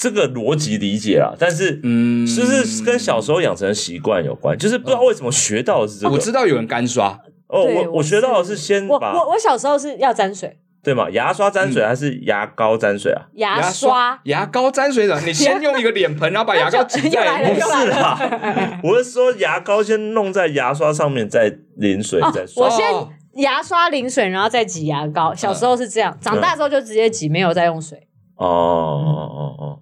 这个逻辑理解啦，但是嗯，就是跟小时候养成的习惯有关，就是不知道为什么学到的是这个。哦我知道有人干刷，哦，对我我学到的是先我把我我小时候是要沾水，对嘛，牙刷沾嗯水还是牙膏沾水啊？牙牙刷、牙膏沾水的，你先用一个脸盆，然后把牙膏挤 又来不了在又。是 啦，我是说牙膏先弄在牙刷上面，再淋水哦再，刷。我先哦牙刷淋水，然后再挤牙膏。小时候是这样，长大之后就直接挤，没有再用水。哦哦哦哦，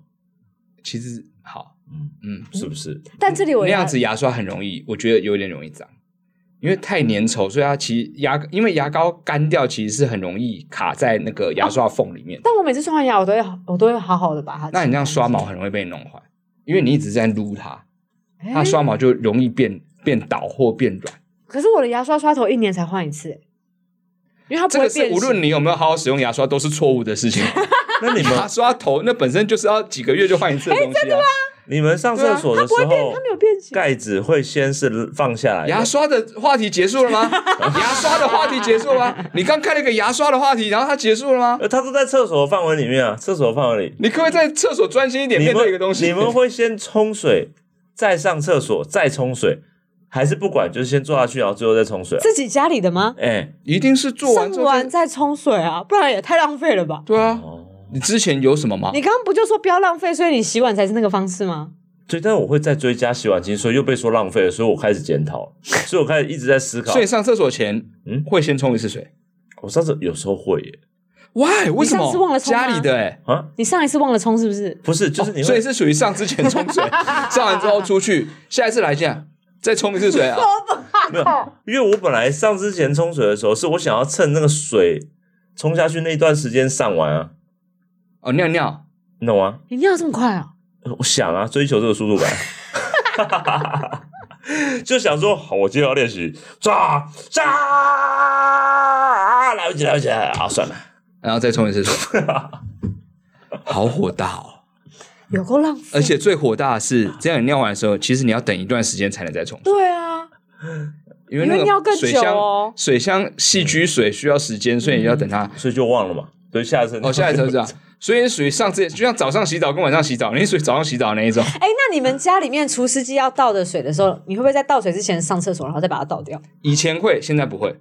其实好，嗯嗯，是不是？但这里我那牙样子牙刷很容易，我觉得有点容易脏，因为太粘稠，所以它其实牙因为牙膏干掉，其实是很容易卡在那个牙刷缝里面。但我每次刷完牙，我都会好我都会好好的把它。那你这样刷毛，很容易被弄坏，因为你一直在撸它，哎它啊刷毛就容易变变倒或变软。可是我的牙刷刷头一年才换一次，因为 它这不会个变是形。无论你有没有好好使用牙刷， 都是错误的事情。那你 们哎牙刷头那本身就是要几个月就换一次的东西啊。你们上厕所它的啊不时会变，候它，没有变形。盖子会先是放下来的，牙刷的话题结束了 吗？牙刷的话题结束了吗？你刚开了个牙刷的话题，然后它结束了吗？呃，它都在厕所范围里面啊，厕所范围里。你可不可以在厕所专心一点你面们对一个东西？你们会先冲水，再上厕所，再冲水，还是不管，就是先坐下去，然后最后再冲水啊？自己家里的吗？哎、一定是做完上之后再完再冲水啊，不然也太浪费了吧？对啊。哦，你之前有什么吗？哦你刚刚不就说不要浪费，所以你洗碗才是那个方式吗？对，但我会再追加洗碗巾，所以又被说浪费了，所以我开始检讨，所以我开始一直在思考所。以上厕所前，嗯会先冲一次水。我上次有时候会耶 Why？为什上次忘么？了冲吗家里的哎，啊，你上一次忘了冲是不是？不是，就是你哦所会、以是属于上之前冲 水，上完之后出去，下一次来一下再冲一次水 啊。没有，因为我本来上之前冲水的时候，是我想要趁那个水冲下去那段时间上完啊，哦，尿尿。你懂吗？你尿这么快啊？我想啊，追求这个速度感， 就想说，好，我今天要练习，抓抓，啊来不及，来不及，啊，算了，然后再冲一次水， 好火大哦！有够浪费。而且最火大的是，这样你尿完的时候，其实你要等一段时间才能再冲，对啊，因为你会那尿更个水箱、久哦水箱细居水需要时间，所以你要等它。所以就忘了嘛，所以下一次，哦，下一次是这样，所以属于上次就像早上洗澡跟晚上洗澡，你属于早上洗澡那一 种，哎，那你们家里面除湿机要倒的水的时候，你会不会在倒水之前上厕所，然后再把它倒掉？以前会，现在不会。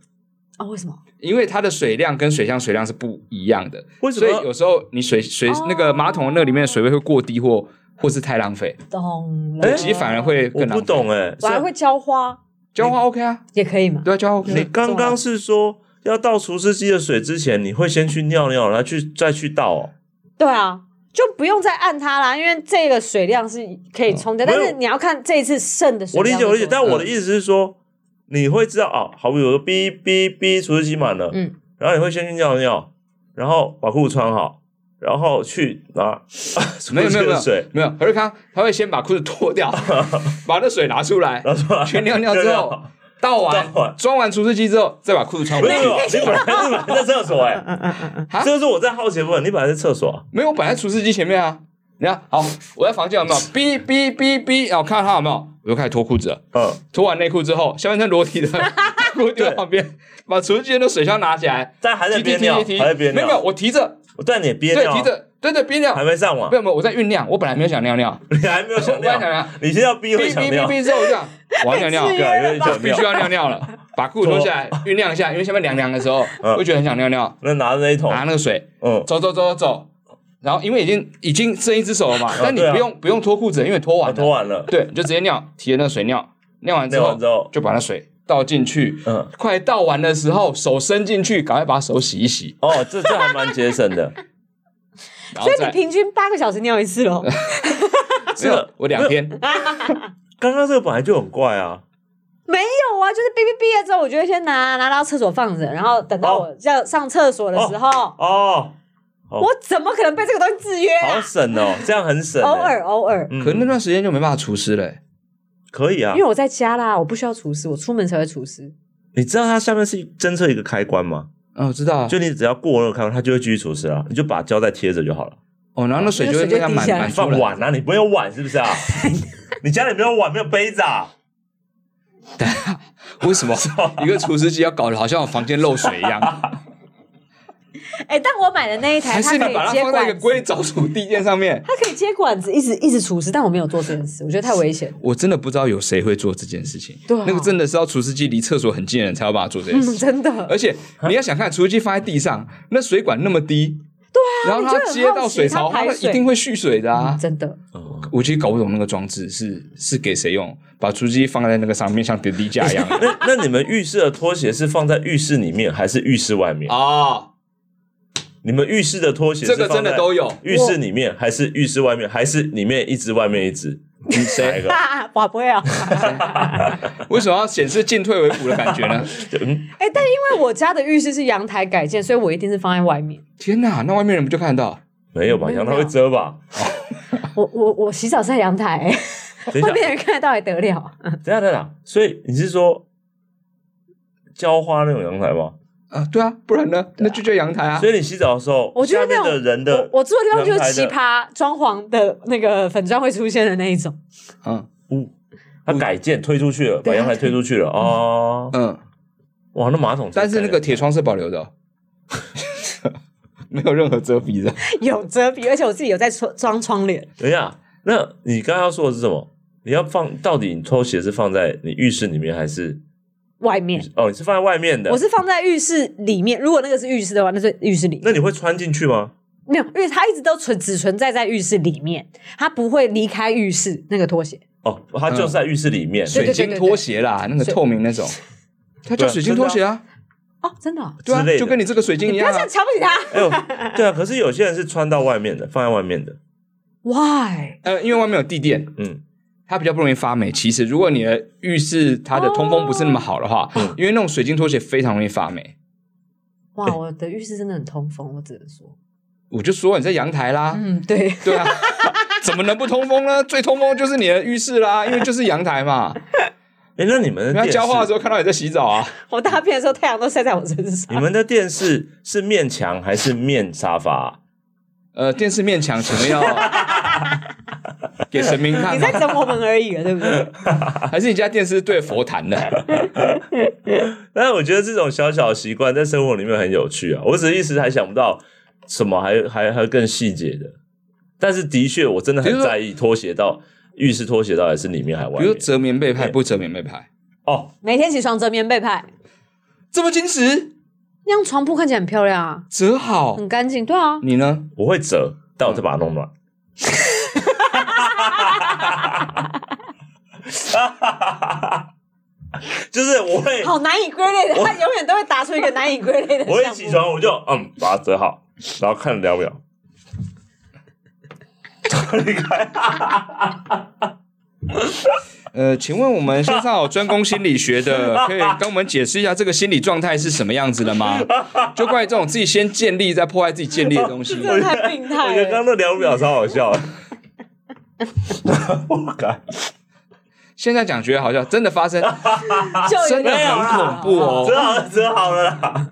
啊、为什么？因哦为它的水量跟水箱水量是不一样的， 为什所么以有时候你水水哦那个马桶那里面的水位会过低或或是太浪费，懂补了。给反而，会我更浪不费。懂哎、我还是会浇花，浇花 OK 啊，也可以嘛。对啊，浇花 OK 啊。你刚刚是说要倒除湿机的水之前，你会先去尿尿，然后去再去倒、哦，对啊，就不用再按它啦，因为这个水量是可嗯以冲的，没但有是你要看这一次剩的水我理量解，是我理解，多少但我的意思是说，你会知道啊，好比我说哔哔哔，除湿机满了，嗯，然后你会先去尿尿，然后把裤子穿好，然后去 拿除没有没有湿没的有水，没有，何瑞康他会先把裤子脱 掉，把那水拿出来，然后说 去尿尿之后，倒完啊倒完装完除湿机之后，再把裤子穿回 没有去没。有，你本来你本来在厕所哎，嗯嗯嗯嗯， 啊 这就是我在好奇的部分，你本来在厕所啊，没有，我摆在除湿机前面啊。你看，好，我在房间有 没有？哔哔哔哔，然后看到他有没有，我就开始脱裤子了。嗯，脱完内裤之后，下半身裸体 的裤丢旁边，把除湿机的水箱拿起来，但还在提憋提尿提，提，还在憋没尿，有没有，我提着，我但你也憋对，尿啊提，着，对对，憋尿，还没上完没，有没有，我在酝酿，我本来没有想尿尿，你还没有想我本来想，尿尿，你先要逼哔会哔想哔尿，哔之后我就想，我要尿 被制尿，约对，有点想啊必须尿，要尿尿 了，把裤子脱下来酝酿一下，因为下面凉凉的时候，嗯会觉得很想尿尿，那拿着那一桶，拿那个水，嗯，走走走走走，然后因为已经已经剩一只手了嘛，但你对啊不用不用脱裤子，因为脱我完拖了，完了，对，你就直接尿，提着那个水尿，尿完之尿后完之后，就把那水倒进去，嗯，快倒完的时候，手伸进去，赶快把手洗一洗，哦，这这还蛮节省的，然后所以你再平均八个小时尿一次哦 喽。没有我两天，刚刚这个本来就很怪啊，没有啊，就是哔哔毕业之后，我就会先拿拿到厕所放着，然后等哦到我要上厕所的时候，哦，哦我怎么可能被这个东西制约啊？好省哦，这样很省欸，偶尔偶尔，嗯，可能那段时间就没办法除湿了、欸。可以啊因为，我在家啦，我不需要除湿，我出门才会除湿。你知道它下面是侦测一个开关吗？嗯，我知道啊。就你只要过那个开关，它就会继续除湿啊，你就把胶带贴着就好了。哦，然后那水就会这样满满出放来。碗啊，你没有碗是不 是啊？你家里没有碗，没有杯子啊？为 什么一个除湿机要搞得好像我房间漏水一样？哎，但我买的那一台，还它可是你把以它接放在一管个子，硅藻土地垫上面？ 它可以接管子，一直一直除湿，但我没有做这件事，我觉得太危险。我真的不知道有谁会做这件事情。对啊那个真的是要除湿机离厕所很近的人才有办法做这件事嗯，情。真的，而且你要想看，除湿机放在地上，那水管那么低，对啊然后它你就很接到好奇水槽，它排它水嗯一定会蓄水的啊。真的。 我其实搞不懂那个装置是是给谁用，把除湿机放在那个上面，像点滴架一 样。那那你们浴室的拖鞋是放在浴室里面还是浴室外面？哦，你们浴室的拖 鞋这个真的都有。有。浴室里面还是浴室外面，还是里面一只外面一只？你哪一个？啊，我不 会啊！为什么要显示进退维谷的感觉 呢？嗯，哎、但因为我家的浴室是阳台改建，所以我一定是放在外面。天哪，那外面人不就看得到？没有吧？没有阳台会遮吧？我我我洗澡是在阳台、等一下外，面人看得到还得了？等一下，等一下，所以你是说浇花那种阳台吗？啊，对啊，不然呢？那就叫阳台啊所。以你洗澡的时候，我觉得下面那种的人的我我住的地方就是奇阳葩装潢的那个粉砖会出现的那一种， 嗯他改建推出去了，把对阳台推出去了哦。嗯，哇，那马桶真的但是那个改铁窗是保留的哦， 没有任何遮蔽的。有遮蔽，而且我自己有在装装窗帘。良，等一下，那你刚刚要说的是什么？你要放到底你拖鞋是放在你浴室里面还是？外面哦，你是放在外面的我。是放在浴室里面，如果那个是浴室的话，那是浴室里那你会穿进去吗？没有，因为它一直都存只存在在浴室里面，它不会离开浴室那个拖鞋。哦，它就是在浴室里面。对水对晶拖鞋啦，那个水透明那种，它叫对啊水晶拖鞋啊，哦，真的哦、对啊之类，的就跟你这个水晶你一不样要啊这样。瞧不起他。哎呦，对啊，可是有些人是穿到外面的，放在外面的。 Why？呃，因为外面有地垫，嗯，它比较不容易发霉。其实，如果你的浴室它的通风不是那么好的话，因为那种水晶拖鞋非常容易发霉。哇，我的浴室真的很通风，我只能说，我就说你在阳台啦，嗯，对，对啊， 怎么能不通风呢？最通风就是你的浴室啦，因为就是阳台 嘛。哎，那你们的人家电浇花的视时，候看到你在洗澡啊，我大便的时候太阳都晒在我身上 你。们的电视是面墙还是面沙发 啊？呃，电视面墙请问 要给神明看你吗在？整我们而已了，对不对？还是你家电视对佛坛的？但是我觉得这种小小的习惯在生活里面很有趣啊，我只是一时还想不到什么还还还有更细节的。但是的确，我真的比很如说在意拖鞋到浴室拖鞋到底是里面还外比如面说。折棉被派不折棉被派，哦，每天起床折棉被派，这么矜持，那样床铺看起来很漂亮啊，折好。很干净。对啊，你呢？我会折，但我再把它弄乱。嗯 就是我会，好难以归类的，他永远都会打出一个难以归类的项目。我一起床我就嗯把它折好，然后看聊不聊。离开，呃，请问我们线上有专攻心理学的，可以跟我们解释一下这个心理状态是什么样子的吗？就关于这种自己先建立再破坏自己建立的东西这，真的太病我态觉得了。刚刚那聊不了超好笑的。我靠！ 现在讲觉得好笑，真的发生，就有真的点很恐怖 哦。折好了，折好了啦！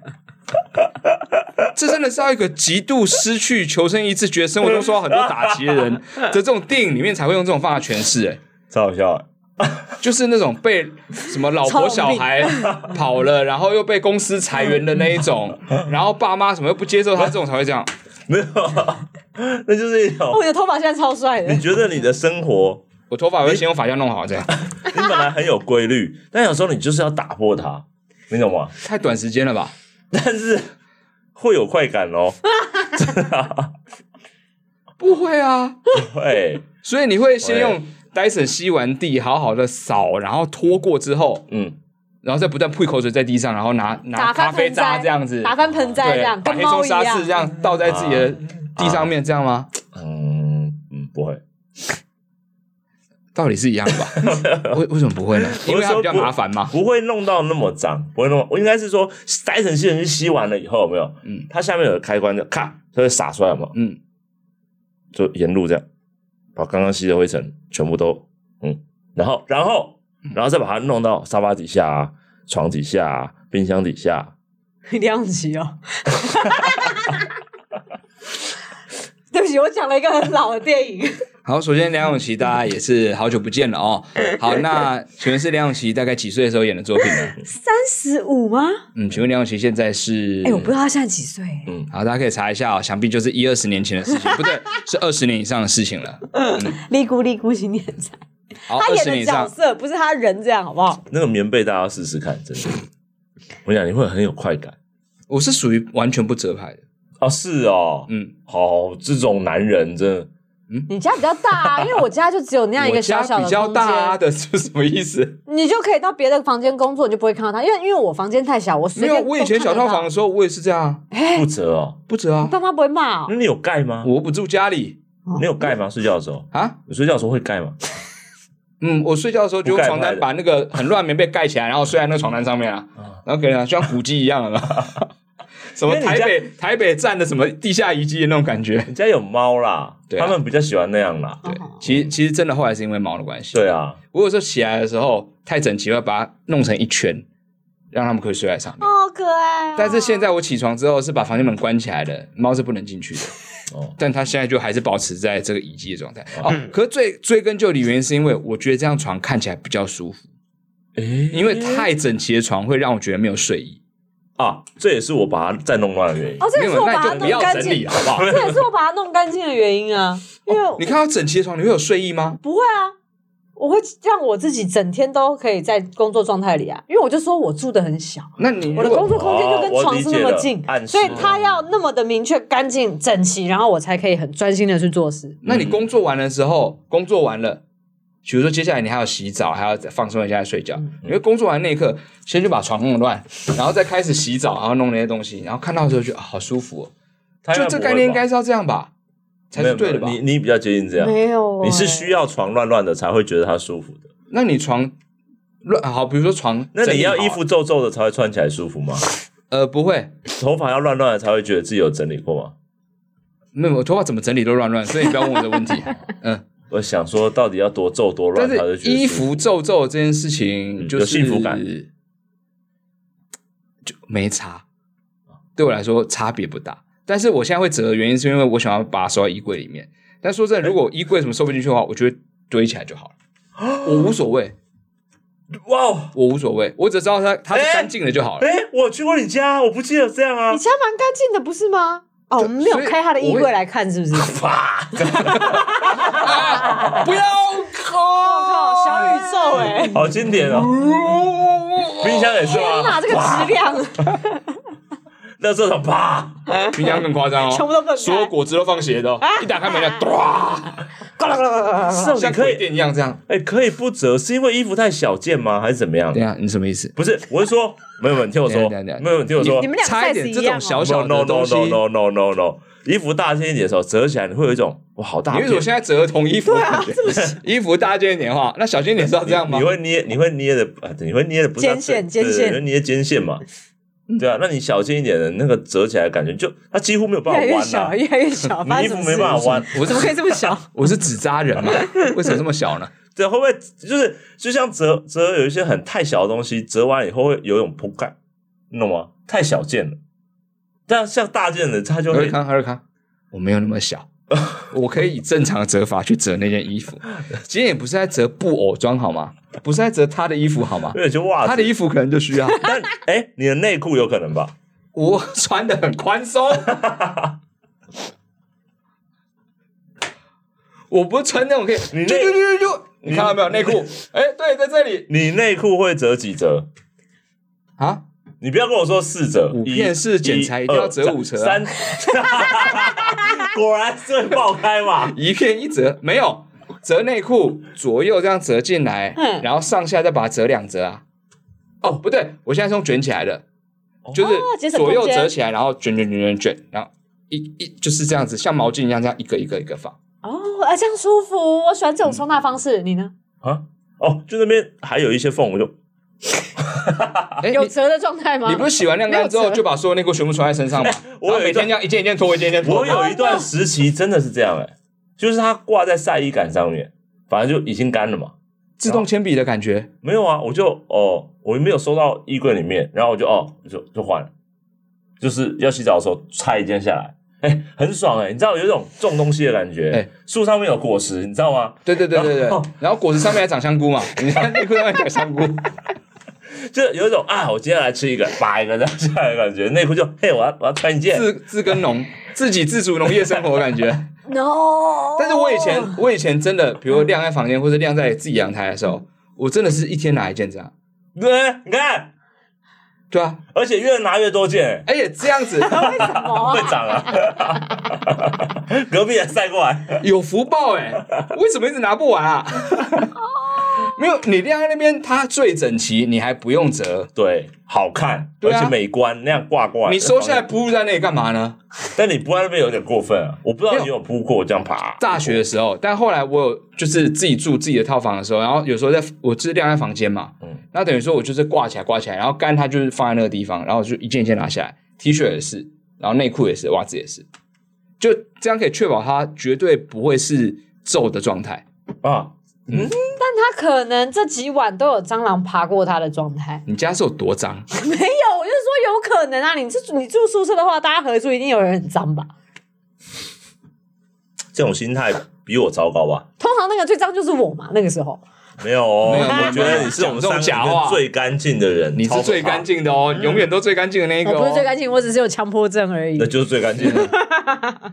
这真的是要一个极度失去求生意志，觉得生活中受到很多打击的人的这种电影里面才会用这种方法诠释。哎，超好笑的，就是那种被什么老婆小孩跑了，然后又被公司裁员的那一种，然后爸妈什么又不接受他，这种才会这样。没有，那就是一哦，种你的头发现在超帅的你，觉得你的生活，我头发会先用发胶弄好，这样你本来很有规律，但有时候你就是要打破它，你懂吗？太短时间了吧？但是会有快感哦，不会啊，会，所以你会先用 Dyson 吸完地，好好的扫，然后拖过之后，嗯，然后再不断吐口水在地上，然后拿拿打咖翻啡盆渣栽这样子，打翻盆栽对这样，把跟黑猫松一沙士这样。样倒在自己的地上面，这样吗？嗯嗯，不会，道理是一样的吧？为为什么不会呢？因为它比较麻烦嘛。不会弄到那么脏，不会弄。我应该是说，塞成吸尘器吸完了以后，有没有？嗯它下面有个开关，就咔，它会洒出来，有没有？嗯，就沿路这样，把刚刚吸的灰尘全部都，嗯，然后，然后，然后再把它弄到沙发底下、啊、床底下、啊、冰箱底下啊、梁咏琪哦，对不起，我讲了一个很老的电影，好，首先梁咏琪大家也是好久不见了 哦。好，那请问是梁咏琪大概几岁的时候演的作品 呢？三十五吗？嗯，请问梁咏琪现在是？哎，我不知道他现在几岁。好，大家可以查一下哦，想必就是一二十年前的事 情，不对，是二十年以上的事情了。利姑利姑新年才，好，他哦二演十年的以角上，色不是他人，这样好不 好？那个棉被大家要试试看，真 的，我想你会很有快感。我是属于完全不折牌的。哦，是哦，嗯，好，这种男人真的，你家比较大、啊，因为我家就只有那样一我个家小小的比较空间，大啊的是什么意思？你就可以到别的房间工作，你就不会看到他，因为因为我房间太小，我随没便有，我以前都看小得到套房的，时候，我也是这样啊，不折哦。不折啊，爸妈不会骂、哦 那，你有盖吗？我不住家里你有盖吗？睡觉的时候，啊。你睡觉的时候会盖吗？嗯，我睡觉的时候就用不盖床牌单的把那个很乱的棉被盖起来，然后睡在那个床单上面啊，然后给人家就像古迹一样了 嘛。什么因为台你家北台北站的什么地下遗迹的那种感觉。你家有猫啦，对啊他们比较喜欢那样啦。对，其实其实真的后来是因为猫的关系。对啊，我有时候起来的时候太整齐，我要把它弄成一圈，让他们可以睡在上面。好可爱、啊。但是现在我起床之后是把房间门关起来的，猫是不能进去的。哦，但它现在就还是保持在这个遗迹的状态。哦，可是最追根究底原因是因为我觉得这张床看起来比较舒服，诶因为太整齐的床会让我觉得没有睡意。啊，这也是我把它再弄乱的原 因。哦，这没也有是我把那它你就不弄要干整净理，好不 好？这也是我把它弄干净的原 因啊，因为我你看到整齐的床，你会有睡意吗？不会啊，我会让我自己整天都可以在工作状态里啊，因为我就说我住的很小，那你如我的果工作空间就跟床是那么近哦我理解了，暗示所以它要那么的明确、干净、整齐，然后我才可以很专心的去做事。那你工作完的时候，工作完了，比如说接下来你还要洗澡，还要再放松一下再睡觉。嗯因为工作完那一刻，先去把床弄乱，然后再开始洗澡，然后弄那些东西，然后看到的时候就、啊、好舒服、哦。它应就该这不会概念应吧该是要这样吧，才没是有对的吧没？有你你比较接近这样，没有、啊欸你是需要要床乱乱的才会觉得它舒服的。那你床乱好，比如说床，那你要衣整理好啊服皱皱的才会穿起来舒服 吗？呃不会，头发要乱乱的才会觉得自己有整理过吗？没有我头发怎么整理都乱乱，所以你不要问我的 问题。嗯，我想说，到底要多皱多但乱，才会是觉得衣舒服服皱皱这件事情嗯就有是幸福感就没差。对我来说差别不大，但是我现在会折的原因是因为我想要把它收到衣柜里面。但说哎真的，如果衣柜什么收不进去的话，我就会堆起来就好 了，我无所谓，哇哦！我无所谓，我只知道它它是干净的就 好了。哎，我去过你家，我不记得这样啊你。家蛮干净的，不是吗？哦，我们没有所以开他的衣我柜会来看，是 不是？哇！啊不要我 靠，抠，小宇宙哎、好经典哦！ 冰箱也是啊天哪，吗？这个质量那这种啪，冰箱更夸张哦，全部都分开所有果汁都放斜的哦，一打开门就唰，是啊像你可鬼以店一样这样。哎，可以不折，是因为衣服太小件吗？还是怎么样等？一下，你什么意思？不是，我是说，没有，没有你听我说， 啊等一下等一下没有，你听我说你，们俩差一 size 点，这一样种哦。小小 no 的 no 东西， no 你 no no no no，衣服大件一点的时候折起来，你会有一种哇，好大为什么片。现在折同衣服的 啊感觉？衣服大件一点的话，那小件一点是要这样吗你？会捏，你会捏的，啊你会捏的不是它肩线肩对线嗯对对你会捏肩线嘛？对啊，那你小心一点的，那个折起来的感觉就它几乎没有办越法来越弯小，啊，越来越小，发你衣生什服么没事办法弯。我怎么可以这么小？我是纸扎 人嘛？为什么这么小 呢？对，啊会不会就是就像折折有一些很太小的东西，折完以后会有一种扑盖，你懂吗？太小件了。但像大件的，它就尔会康，尔康，我没有那么 小，我可以以正常的折法去折那件衣服。今天也不是在折布偶装好吗？不是在折他的衣服 好吗有？点像袜子。他的衣服可能就需要。但哎，你的内裤有可能吧？我穿的很宽 松，我不是穿那种可以，你就那就就就就，你看到没有内裤？哎、对，在这里你内裤会折几折？啊，你不要跟我说四折，五片式剪裁一定要折二五折啊三， 果然是会爆开嘛。一片一折，没有折内裤，左右这样折进来，嗯然后上下再把它折两折啊。哦，不对，我现在是用卷起来的，就哦节是省空左间右折起来，然后卷卷卷卷卷，然后一一就是这样子，像毛巾一样这样一个一个一个放。 哦，啊，这样舒服，我喜嗯欢这种收纳方式。你呢？啊，哦，就那边还有一些缝，我就哎，有你折的状态吗？你不是洗完晾没干有之后折就把所有内裤全部穿在身上吗？ 我有然后每一段天这样一件一件脱，一件一件脱。我有一段时期真的是这样哎、就是它挂在晒衣杆上面，反正就已经干了嘛。自动铅笔的感觉，没有啊，我就哦，我没有收到衣柜里面，然后我就哦，就就换了，就是要洗澡的时候拆一件下来，哎、很爽哎、你知道有一种种东西的感觉，哎树上面有果实，你知道吗？对对对对对然后。然后果子上面还长香菇嘛，你看内裤上面长香 菇，就有一种啊，我今天来吃一个，拔一个这样下来的感觉，内裤就 嘿，我要我要穿一件，自自耕农，自给自足农业生活的感哦觉。 ？No。但是我以前，我以前真的，比如晾在房间或者晾在自己阳台的时候，我真的是一天拿一件这样。对，你看，对啊，而且越拿越多件、哎而且这样 子为什么会啊？长啊！ 隔壁也晒过来，有福报哎、为什么一直拿不完啊？ 没有，你晾在那边，它最整齐，你还不用折。对，好看，对啊而且美观，那样挂挂。你收下来，铺在那里干嘛呢？但你铺在那边有点过分啊！我不知道你有铺过这样爬。大学的时候，但后来我有就是自己住自己的套房的时候，然后有时候在我就是晾在房间嘛，嗯那等于说我就是挂起来挂起来，然后干它就是放在那个地方，然后我就一件一件拿下来，T 恤也是，然后内裤也是，袜子也是，就这样可以确保它绝对不会是皱的状态。啊，但他可能这几晚都有蟑螂爬过他的状态。你家是有多脏？ 没有，我就说有有可能啊！你住你住宿舍的话，大家合住一定有人很脏吧？这种心态比我糟糕吧？通常那个最脏就是我嘛，那个时候没有哦，没有我觉得你是我讲们三这种假个里面话最干净的人，你是最干净的哦，永远都最干净的那一个、我哦。不是最干净，我只是有强迫症而已超可怕，那。就是最干净的。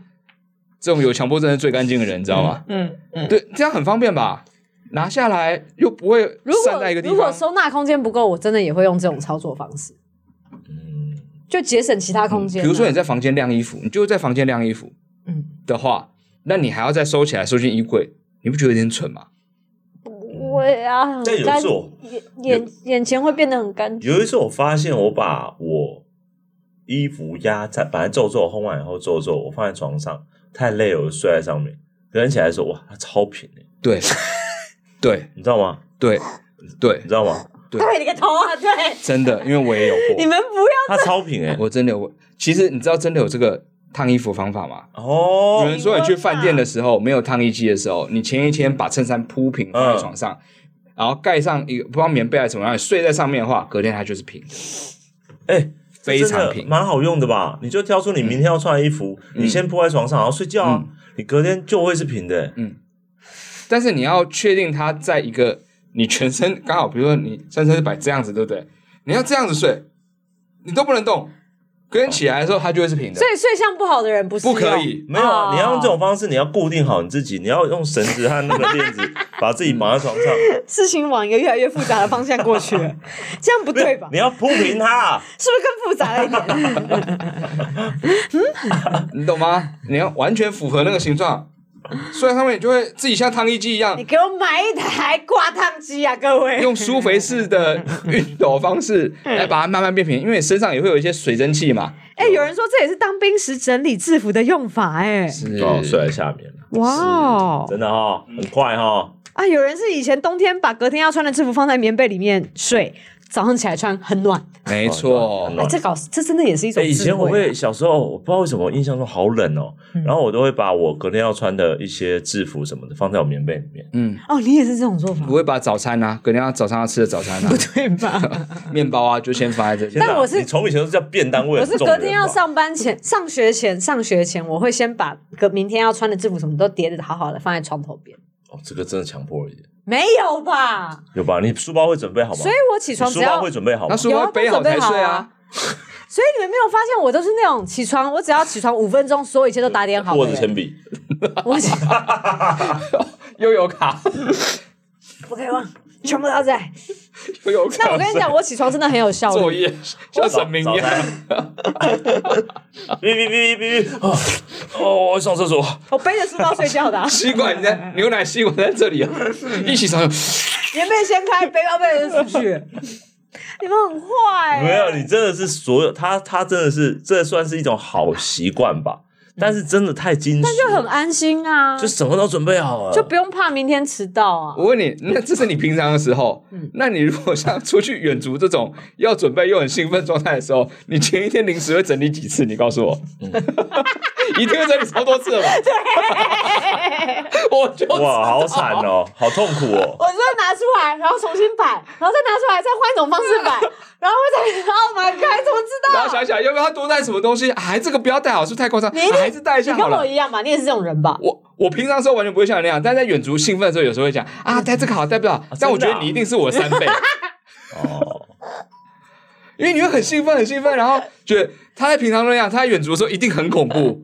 这种有强迫症是最干净的人，你知道吗？嗯嗯。对，这样很方便吧？拿下来又不会如果散在一个地如果方。收纳空间不够，我真的也会用这种操作方式，嗯，就节省其他空比间、啊如说你，在房间晾衣服，你就在房间晾衣服嗯，的话，那你还要再收起来收进衣柜，你不觉得有点蠢吗？我也啊，但有干时候眼眼眼前会变得很干净。有一次我发现我把我衣服压在，本来皱皱烘完以后皱皱，我放在床上，太累了，我就睡在上面。隔天起来的时候，哇，它超平欸对， 对，你知道吗？对，对你，知道吗？对你个头啊！对，哦真的，因为我也有 你过，们不要它超平哎、我真的有过。其实你知道真的有这个烫衣服方法吗？有哦，人说你去饭店的时候没有烫衣机的时候，你前一天把衬衫铺平放在床上，然后盖上一个不知道棉被还是什么，然后你睡在上面的话，隔天它就是平的。哎、非常这真的平蛮好用的吧？你就挑出你明天要穿的衣服，你先铺在床上，然后睡觉啊，你隔天就会是平的、欸。但是你要确定它在一个你全身刚好，比如说你全身是摆这样子，对不对？你要这样子睡，你都不能动，隔天起来的时候它就会是平的所，以睡相不好的人不是不可以。没有啊，哦你要用这种方式，你要固定好你自己，你要用绳子和那个链子把自己绑在床上，事情往一个越来越复杂的方向过去 了，这样不对吧你？要铺平它。是不是更复杂了一点？你懂吗？你要完全符合那个形状，睡在上面你就会自己像烫衣机一样你，给我买一台挂烫机啊，各位！ 用舒肥式的熨斗方式来把它慢慢变平，因为身上也会有一些水蒸气嘛。哎、有人说这也是当兵时整理制服的用法、哎，哦，睡在下面了，哇哦！真的哦，很快哦。啊，有人是以前冬天把隔天要穿的制服放在棉被里面睡，早上起来穿很暖。没哦错很，哎、暖这搞这真的也是一种哎，智慧。啊嗯以前我会小时候，我不知道为什么印象中好冷哦，然后我都会把我隔天要穿的一些制服什么的放在我棉被里面。嗯，哦，你也是这种做法不，会把早餐啊，隔天要早上要吃的早餐啊不，对吧？面包啊，就先放在这 里天。哪但我是你从以前都是叫便当味，我是很重隔天人吧要上班前、上学前、上学前，我会先把隔明天要穿的制服什么都叠的好好的放在床头边。哦，这个真的强迫一点，没有吧？有吧？你书包会准备好吗？所以我起你床书只包要会准备好吗那？书包背好才睡啊。所以你们没有发现，我都是那种起床，我只要起床五分钟，所有一切都打点好握的着人。铅笔，我起 悠游卡，不可以忘，全部都要在。悠游卡。但我跟你讲，我起床真的很有效作率。业像神明一早样，餐 哔哔哔哔哔哔！哦，我要上厕所。我背着书包睡觉的、 啊，吸管在牛奶吸管在这里啊，一起上。棉被掀开，背包背着出去。你们很坏、欸，没啊有，你真的是所有他，他真的是这算是一种好习惯吧？但是真的太矜持，就很安心啊，就就什么都准备好了，不用怕明天迟到啊。我问你，那这是你平常的时候，嗯那你如果像出去远足这种要准备又很兴奋状态的时候，你前一天临时会整理几次？你告诉我，嗯 一定会整理超多次 了吧？ 我就哇，好惨 哦，好痛苦哦。我就会拿出来，然后重新摆，然后再拿出来，再换一种方式摆，然后再 Oh 然后买开，怎么然知道后？想想要不要多带什么东西？哎，这个不要带好，是不是太夸张，你一定啊还是带一你下好跟我了。一样吧，你也是这种人吧？我我平常的时候完全不会像你那样，但在远足兴奋的时候，有时候会讲 啊，带这个好，带不了。但我觉真的啊得你一定是我的三 倍，哦，因为你会很兴奋，很兴奋，然后觉得他在平常那样，他在远足的时候一定很恐 怖。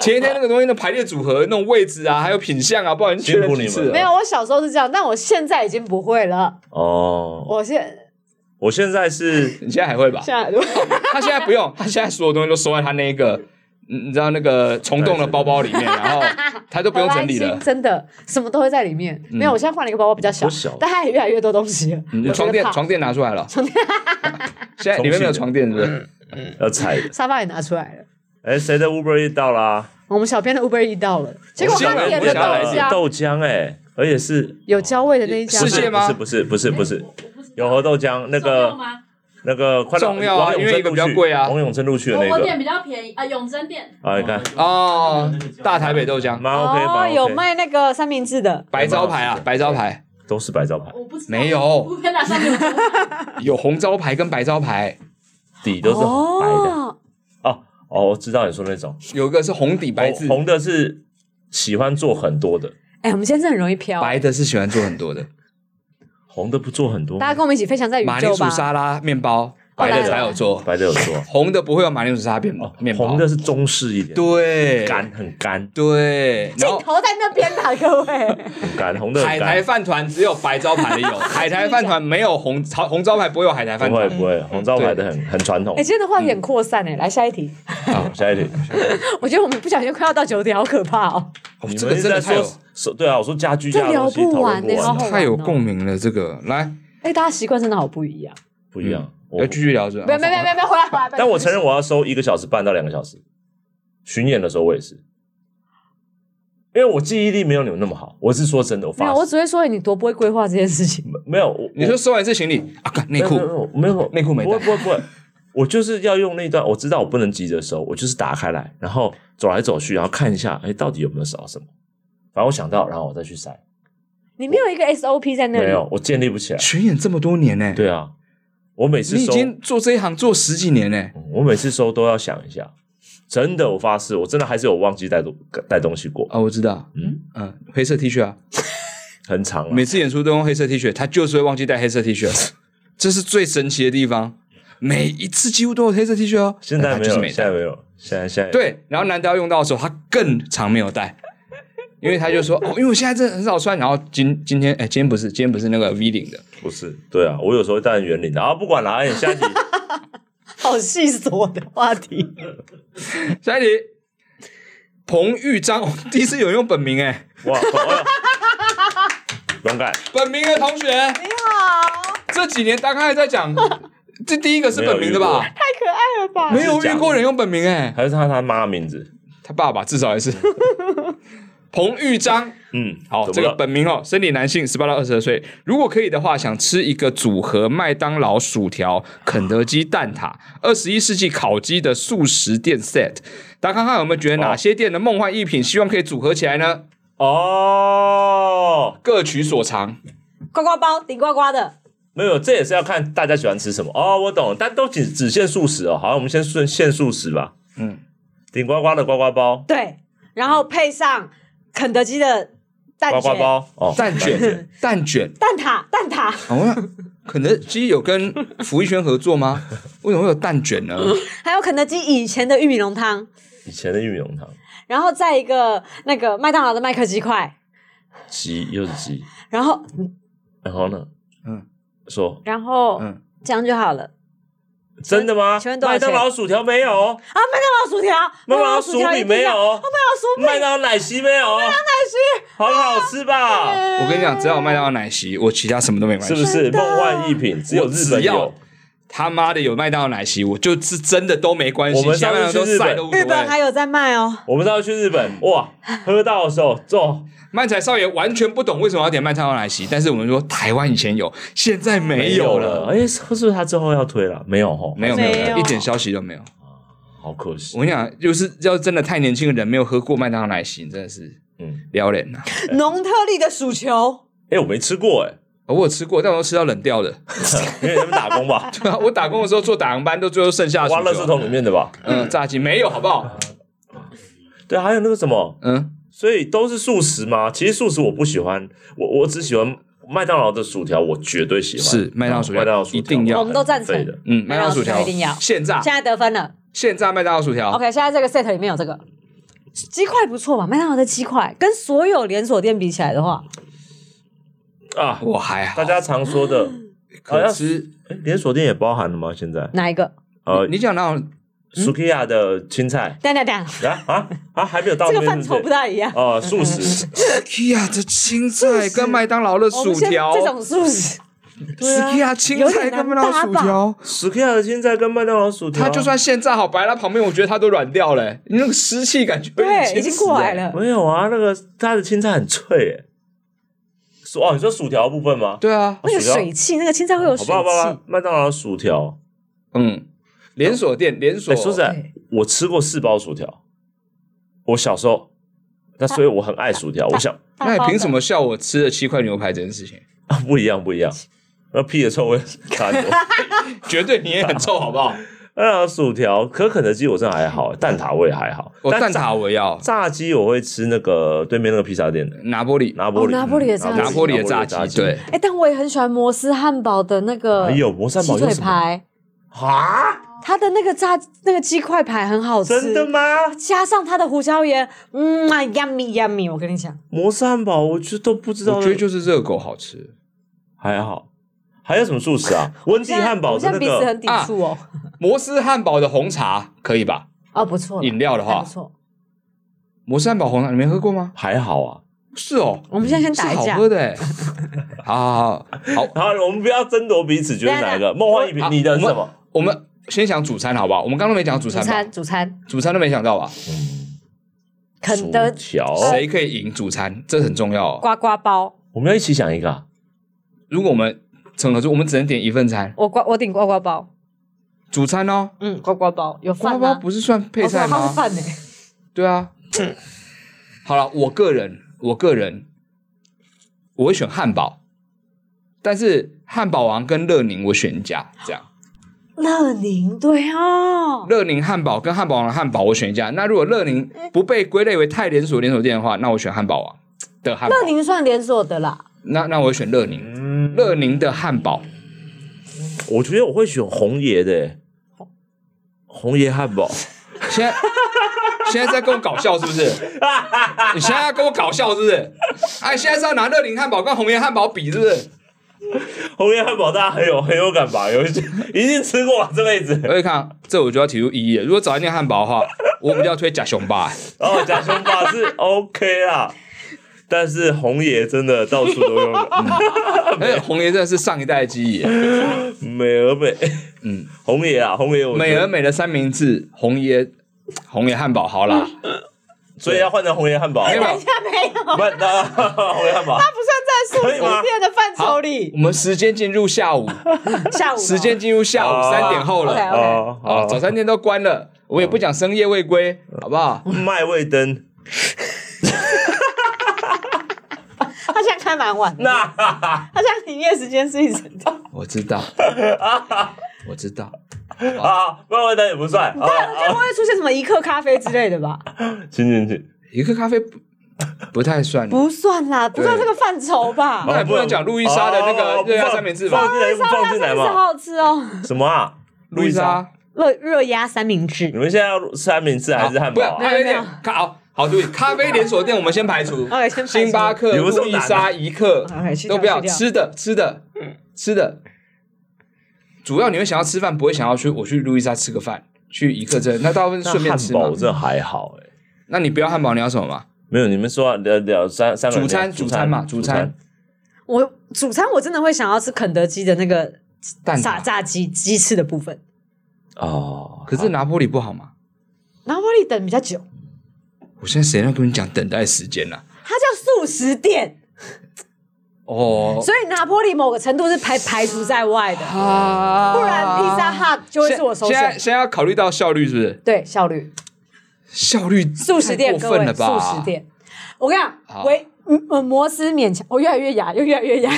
前一天那个东西的排列组合、那种位置啊，还有品相啊，不然确认几辛苦次你们了没有，我小时候是这样，但我现在已经不会了。哦，我现我现在 是你现在还会吧？现在他现在不用，他现在所有东西都收在他那个，你你知道那个虫洞的包包里面，然 后他 都不用整理很安了嗯心。真的什么都会在里面。没有，我现在换了一个包包比较小，多小但它也越来越多东西了。你的我觉得床垫怕床垫拿出来了，床垫， 现在里面没有床垫是不是？要踩的，沙发也拿出来了。哎，谁的 Uber E 到啦？我们小编的 Uber 遇到了，结果他点的我想要来豆一点浆豆浆，哎，而且是有焦味的那一家世吗，界吗不是不 是不是不是，永和豆浆那个吗？那个快乐重要啊王永因为贞一个路比较去贵啊王永贞路去的火那锅个店比较便宜啊，永贞店。啊，你看哦，大台北豆浆，蛮 OK 哦，蛮有 OK，卖那个三明治的，白招牌啊，白招牌都是白招牌，我不知道没有 我不跟他上面有关系有红招牌跟白招牌，底都是白的。哦哦哦，我知道你说那种有一个是红底白字，哦红红的是喜欢做很多的，哎、我们现在真的很容易飘。白的是喜欢做很多的，红的不做很多大，家跟我们一起分享在宇马铃宙薯吧。沙拉面哦包，白的来来才有来做，白的有做。红的不会有马铃薯沙拉面包哦，， 面包红的是中式一点，对干很干对，镜然后。头在那边啦，各位。很干，红的海很苔干。饭团只有白招牌的 有，海苔饭团没有红潮红招牌不会有海苔饭不团嗯会。不会，红招牌的很很传统哎、。今天的话题很扩散哎、来下一题。好，下一题，我觉得我们不小心快要到九点，好可怕哦。哦你这个们真在的太说有说对啊，我说家居家这的聊东西不讨完论呢啊不好完好，玩哦太有共鸣了。这个来哎、大家习惯真的好不一样。不一样。我要继嗯续聊着，没有没有没有没有没有，回来回来。但我承认我要收一个小时半到两个小时。巡演的时候我也是，因为我记忆力没有你们那么好。我是说真的，我没发有，我只会说你多不会规划这件事情。没有我你说收完这行李啊，干内没有裤没有没有内裤没不会带不会不会，我就是要用那段我知道我不能急着收，我就是打开来，然后走来走去，然后看一下，哎，到底有没有少什么？反正我想到，然后我再去塞。你没有一个 SOP 在那里。没有，我建立不起来。巡演这么多年呢，对啊，我每次你已收，经做这一行做十几年呢，嗯我每次收都要想一下。真的，我发誓，我真的还是有忘记带东带东西过，啊，我知道，嗯嗯，黑色 T 恤啊，很长啊了。每次演出都用黑色 T 恤，他就是会忘记带黑色 T 恤，这是最神奇的地方。每一次几乎都有黑色 T 恤哦，现在但他没就有，是没现在带。没有，现在现在对，然后难得要用到的时候，他更常没有带，因为他就说哦，因为我现在真的很少穿，然后今今天哎，今天不是，今天不是那个 V 领的，不是对啊，我有时候会带圆领的啊，不管了，哎，下一题 好细死我的话题。 下一题，彭玉章，哦第一次有人用本名哎，哇，哎 呀勇敢，本名的同学，你好，这几年大概在 讲，这第一个是本名的吧？太可爱了吧？没有遇过人用本名哎、还是他他妈的名字，他爸爸至少也 是彭玉章。嗯，好，这怎么个了本名哦，生理男性，十八到二十二岁。如果可以的话，想吃一个组合麦当劳薯条、肯德基蛋挞、二十一世纪烤鸡的素食店 set。大家看看有没有觉得哪些店的梦幻一品，希望可以组合起来呢？哦，各取所 长。呱呱包顶呱呱的，没有，这也是要看大家喜欢吃什么哦，我懂了，但都只只限素食哦。好，我们先顺限素食吧，嗯，顶呱呱的呱呱包，对，然后配上肯德基的蛋呱卷、呱包哦，蛋 卷，蛋卷。蛋挞、蛋挞。哦，肯德基有跟福一轩合作 吗？为什么会有蛋卷呢？还有肯德基以前的玉米浓汤，以前的玉米浓汤，然后再一个那个麦当劳的麦克鸡块，鸡又是鸡，然后然后呢，嗯说然后、嗯，这样就好了。真的吗请问？多少麦钱当劳薯条没有哦，啊，麦当劳薯条，麦当劳劳薯条饼没有麦哦，当劳麦薯饼当劳奶昔没有哦，麦当奶昔好好吃吧？我跟你讲，只要有麦当劳奶昔，我其他什么都没关系是。不是梦幻一品？只有日我只本要有。他妈的有麦当劳奶昔，我就是真的都没关系，我们其他上麦当次劳都去日本晒都无所日本还谓。有在卖哦，我们上次去日本，哇，喝到的时候，哦，漫才少爷完全不懂为什么要点麦当劳奶昔，但是我们说台湾以前有，现在没有了。了，嗯哎，是不是他之后要推了？没有吼，没有没没有，有一点消息都没有。好可惜我。跟你讲，就是要真的太年轻的人没有喝过麦当劳奶昔，真的是嗯，撩脸呐。农特利的薯球，哎，我没吃过 哎，哦我有吃过，但我都吃到冷掉的。 因为他们打工吧，对啊，我打工的时候做打工班，都最后剩下的挖垃圾薯球，桶里面的吧。嗯，炸鸡没有，好不好？对，还有那个什么，嗯，所以都是素食吗？其实素食我不喜欢，我我只喜欢麦当劳的薯条，我绝对喜欢。啊是麦当劳薯条麦当劳薯一定要我们都赞成很废的。嗯，麦当劳薯麦条当劳薯条一定要现炸，现在得分了。现炸麦当劳薯条。 OK，现在这个 set 里面有这个鸡块不错吧？麦当劳的鸡块跟所有连锁店比起来的话，啊，我还好大，家常说的，好可像吃哎，连锁店也包含了吗？现在哪一个？呃你嗯讲那种 Sukiya 的青菜等等等，啊啊啊，还没有到这那个边范对畴不不对？大一样。哦，素食 Kia 的青菜跟麦当劳的哦我们薯先条这种啊素食， ，Kia 青菜跟麦当劳薯有点难条， ，Sukiya 的青菜跟麦当劳薯条，它就算现炸好摆在旁边，我觉得它都软掉了、欸你那个湿气感觉哎对，已已经经过来了。了。 没有啊，那个它的青菜很脆诶。薯哦，你说薯条部分吗？哦对啊，那个薯条水汽，那个青菜会有好水吧好吧，好吧汽。麦当劳薯条，嗯，连锁店连锁，哎，说实在对，我吃过四包薯条，我小时候，那所以我很 爱薯条，我想大包那的你凭什么笑我吃了七块牛排这件事情？啊 不一样不一样，那屁的臭味差很多。 绝对你也很臭，好不好？呃，薯条，可肯德基我真的还好，蛋挞我也还好，哦我但蛋炸挞我要，炸鸡我会吃那个对面那个披萨店的拿玻璃，拿破里，哦拿破里的炸鸡啊拿拿破玻璃的炸鸡，对，哎、但我也很喜欢摩斯汉堡的那个哎呦摩斯汉堡鸡有腿什么排，啊，它的那个炸那个鸡块排很好吃，真的？吗？加上它的胡椒盐，嗯啊，yummy yummy，我跟你讲，摩斯汉堡我就都不知道，我觉得就是热狗好吃还好。还有什么素食 啊？温蒂汉堡我现的在那我现在彼此个很抵触哦。摩斯汉堡的红茶可以吧？啊哦，不错啦，饮料的还话不，错。摩斯汉堡红茶你没喝过吗？还好啊。是哦，我们现在先打是一好架喝的 哎，好好好好，然后我们不要争夺彼此觉得哪一个梦幻一品，啊你的是什我么？我们先讲主餐好不好？我们刚刚都没讲主主餐吧餐，？主餐，主餐都没讲到吧？肯德呃薯条，谁可以赢主餐？这很重要哦。呱呱包，我们要一起想一个啊。如果我们成合作，我们只能点一份餐，我呱我顶呱呱包，主餐哦。嗯，呱呱包有瓜饭包吗？不是算配菜哦它吗是？饭呢、对啊。 好了，我个人，我个人，我会选汉堡，但是汉堡王跟乐宁我选一家，这样。乐宁，对哦，乐宁汉堡跟汉堡王的汉堡我选一家。那如果乐宁不被归类为太连锁连锁店的话，那我选汉堡王的汉堡。乐宁算连锁的啦，那那我会选乐宁，嗯，乐宁的汉堡。我觉得我会选红爷的欸，红爷汉堡。现在现在在跟我搞笑是不是？你现在要跟我搞笑是不是？哎，现在是要拿乐宁汉堡跟红岩汉堡比是不是？ 红叶汉堡大家很有很有感吧？有一些一定吃过吧，这辈 子。而且看啊，这 我就要提出异议了。如果早一点汉堡的话，我比较推假熊吧。哦，假胸霸是 OK 啦，但是红爷真的到处都 有，而且哎红爷真的是上一代的记忆，美而美，嗯，红爷啊，红爷我觉得美而，美的三明治，红爷红爷汉堡好啦。所以要换成红爷汉堡，没有等一下没有，嗯不然，那 红爷汉堡它不算在可以素吗食店的范畴里我。们时间进入下午，下午啊时间进入下午哦三点后了， OK，OK 哦，啊，早餐店都关了，我们也不讲深夜未归，好不好？麦味登， 他现在开蛮晚的，那哈哈他现在营业时间是一整天。 我知道，我知道。啊，麦味登也不算啊，这样会出现什么一克咖啡之类的吧？请请请，一个咖啡不不太算，不算啦，不算这个范畴吧。哦那也不能讲路易莎的那个热压三明治吧放进来不放进来真的是嘛？好好吃哦，什么啊？路易莎热热压三明你治。们现在要三明治还是汉哦不要堡啊？咖啡店，咖好好注意，咖啡连锁店我们先排除 OK，先排除星巴克、你们路送易哪呢莎、一克 OK，去掉都不要去掉吃的吃的吃的，主要你会想要吃饭，不会想要去我去路易莎吃个饭，去一克这那大部分那顺便汉吃嘛堡。这还好哎。那你不要汉堡，你要什么嘛？没有，你们说啊聊聊三三个人主餐聊主餐嘛主餐我主餐我真的会想要吃肯德基的那个蛋炸挞。炸鸡鸡翅的部分，哦，可是拿破里不好嘛？然后我里等比较久。我现在谁能跟你讲等待时间啊呢？它叫素食店，哦，所以拿坡里某个程度是排排除在外的，啊不然披萨 hut 就会是我首现在选。现在要考虑到效率是不是？对，效率效率素食店，太各过位分了吧？素食店，我跟你好讲，唯嗯呃摩斯勉强，我越来越哑，又越来 越哑。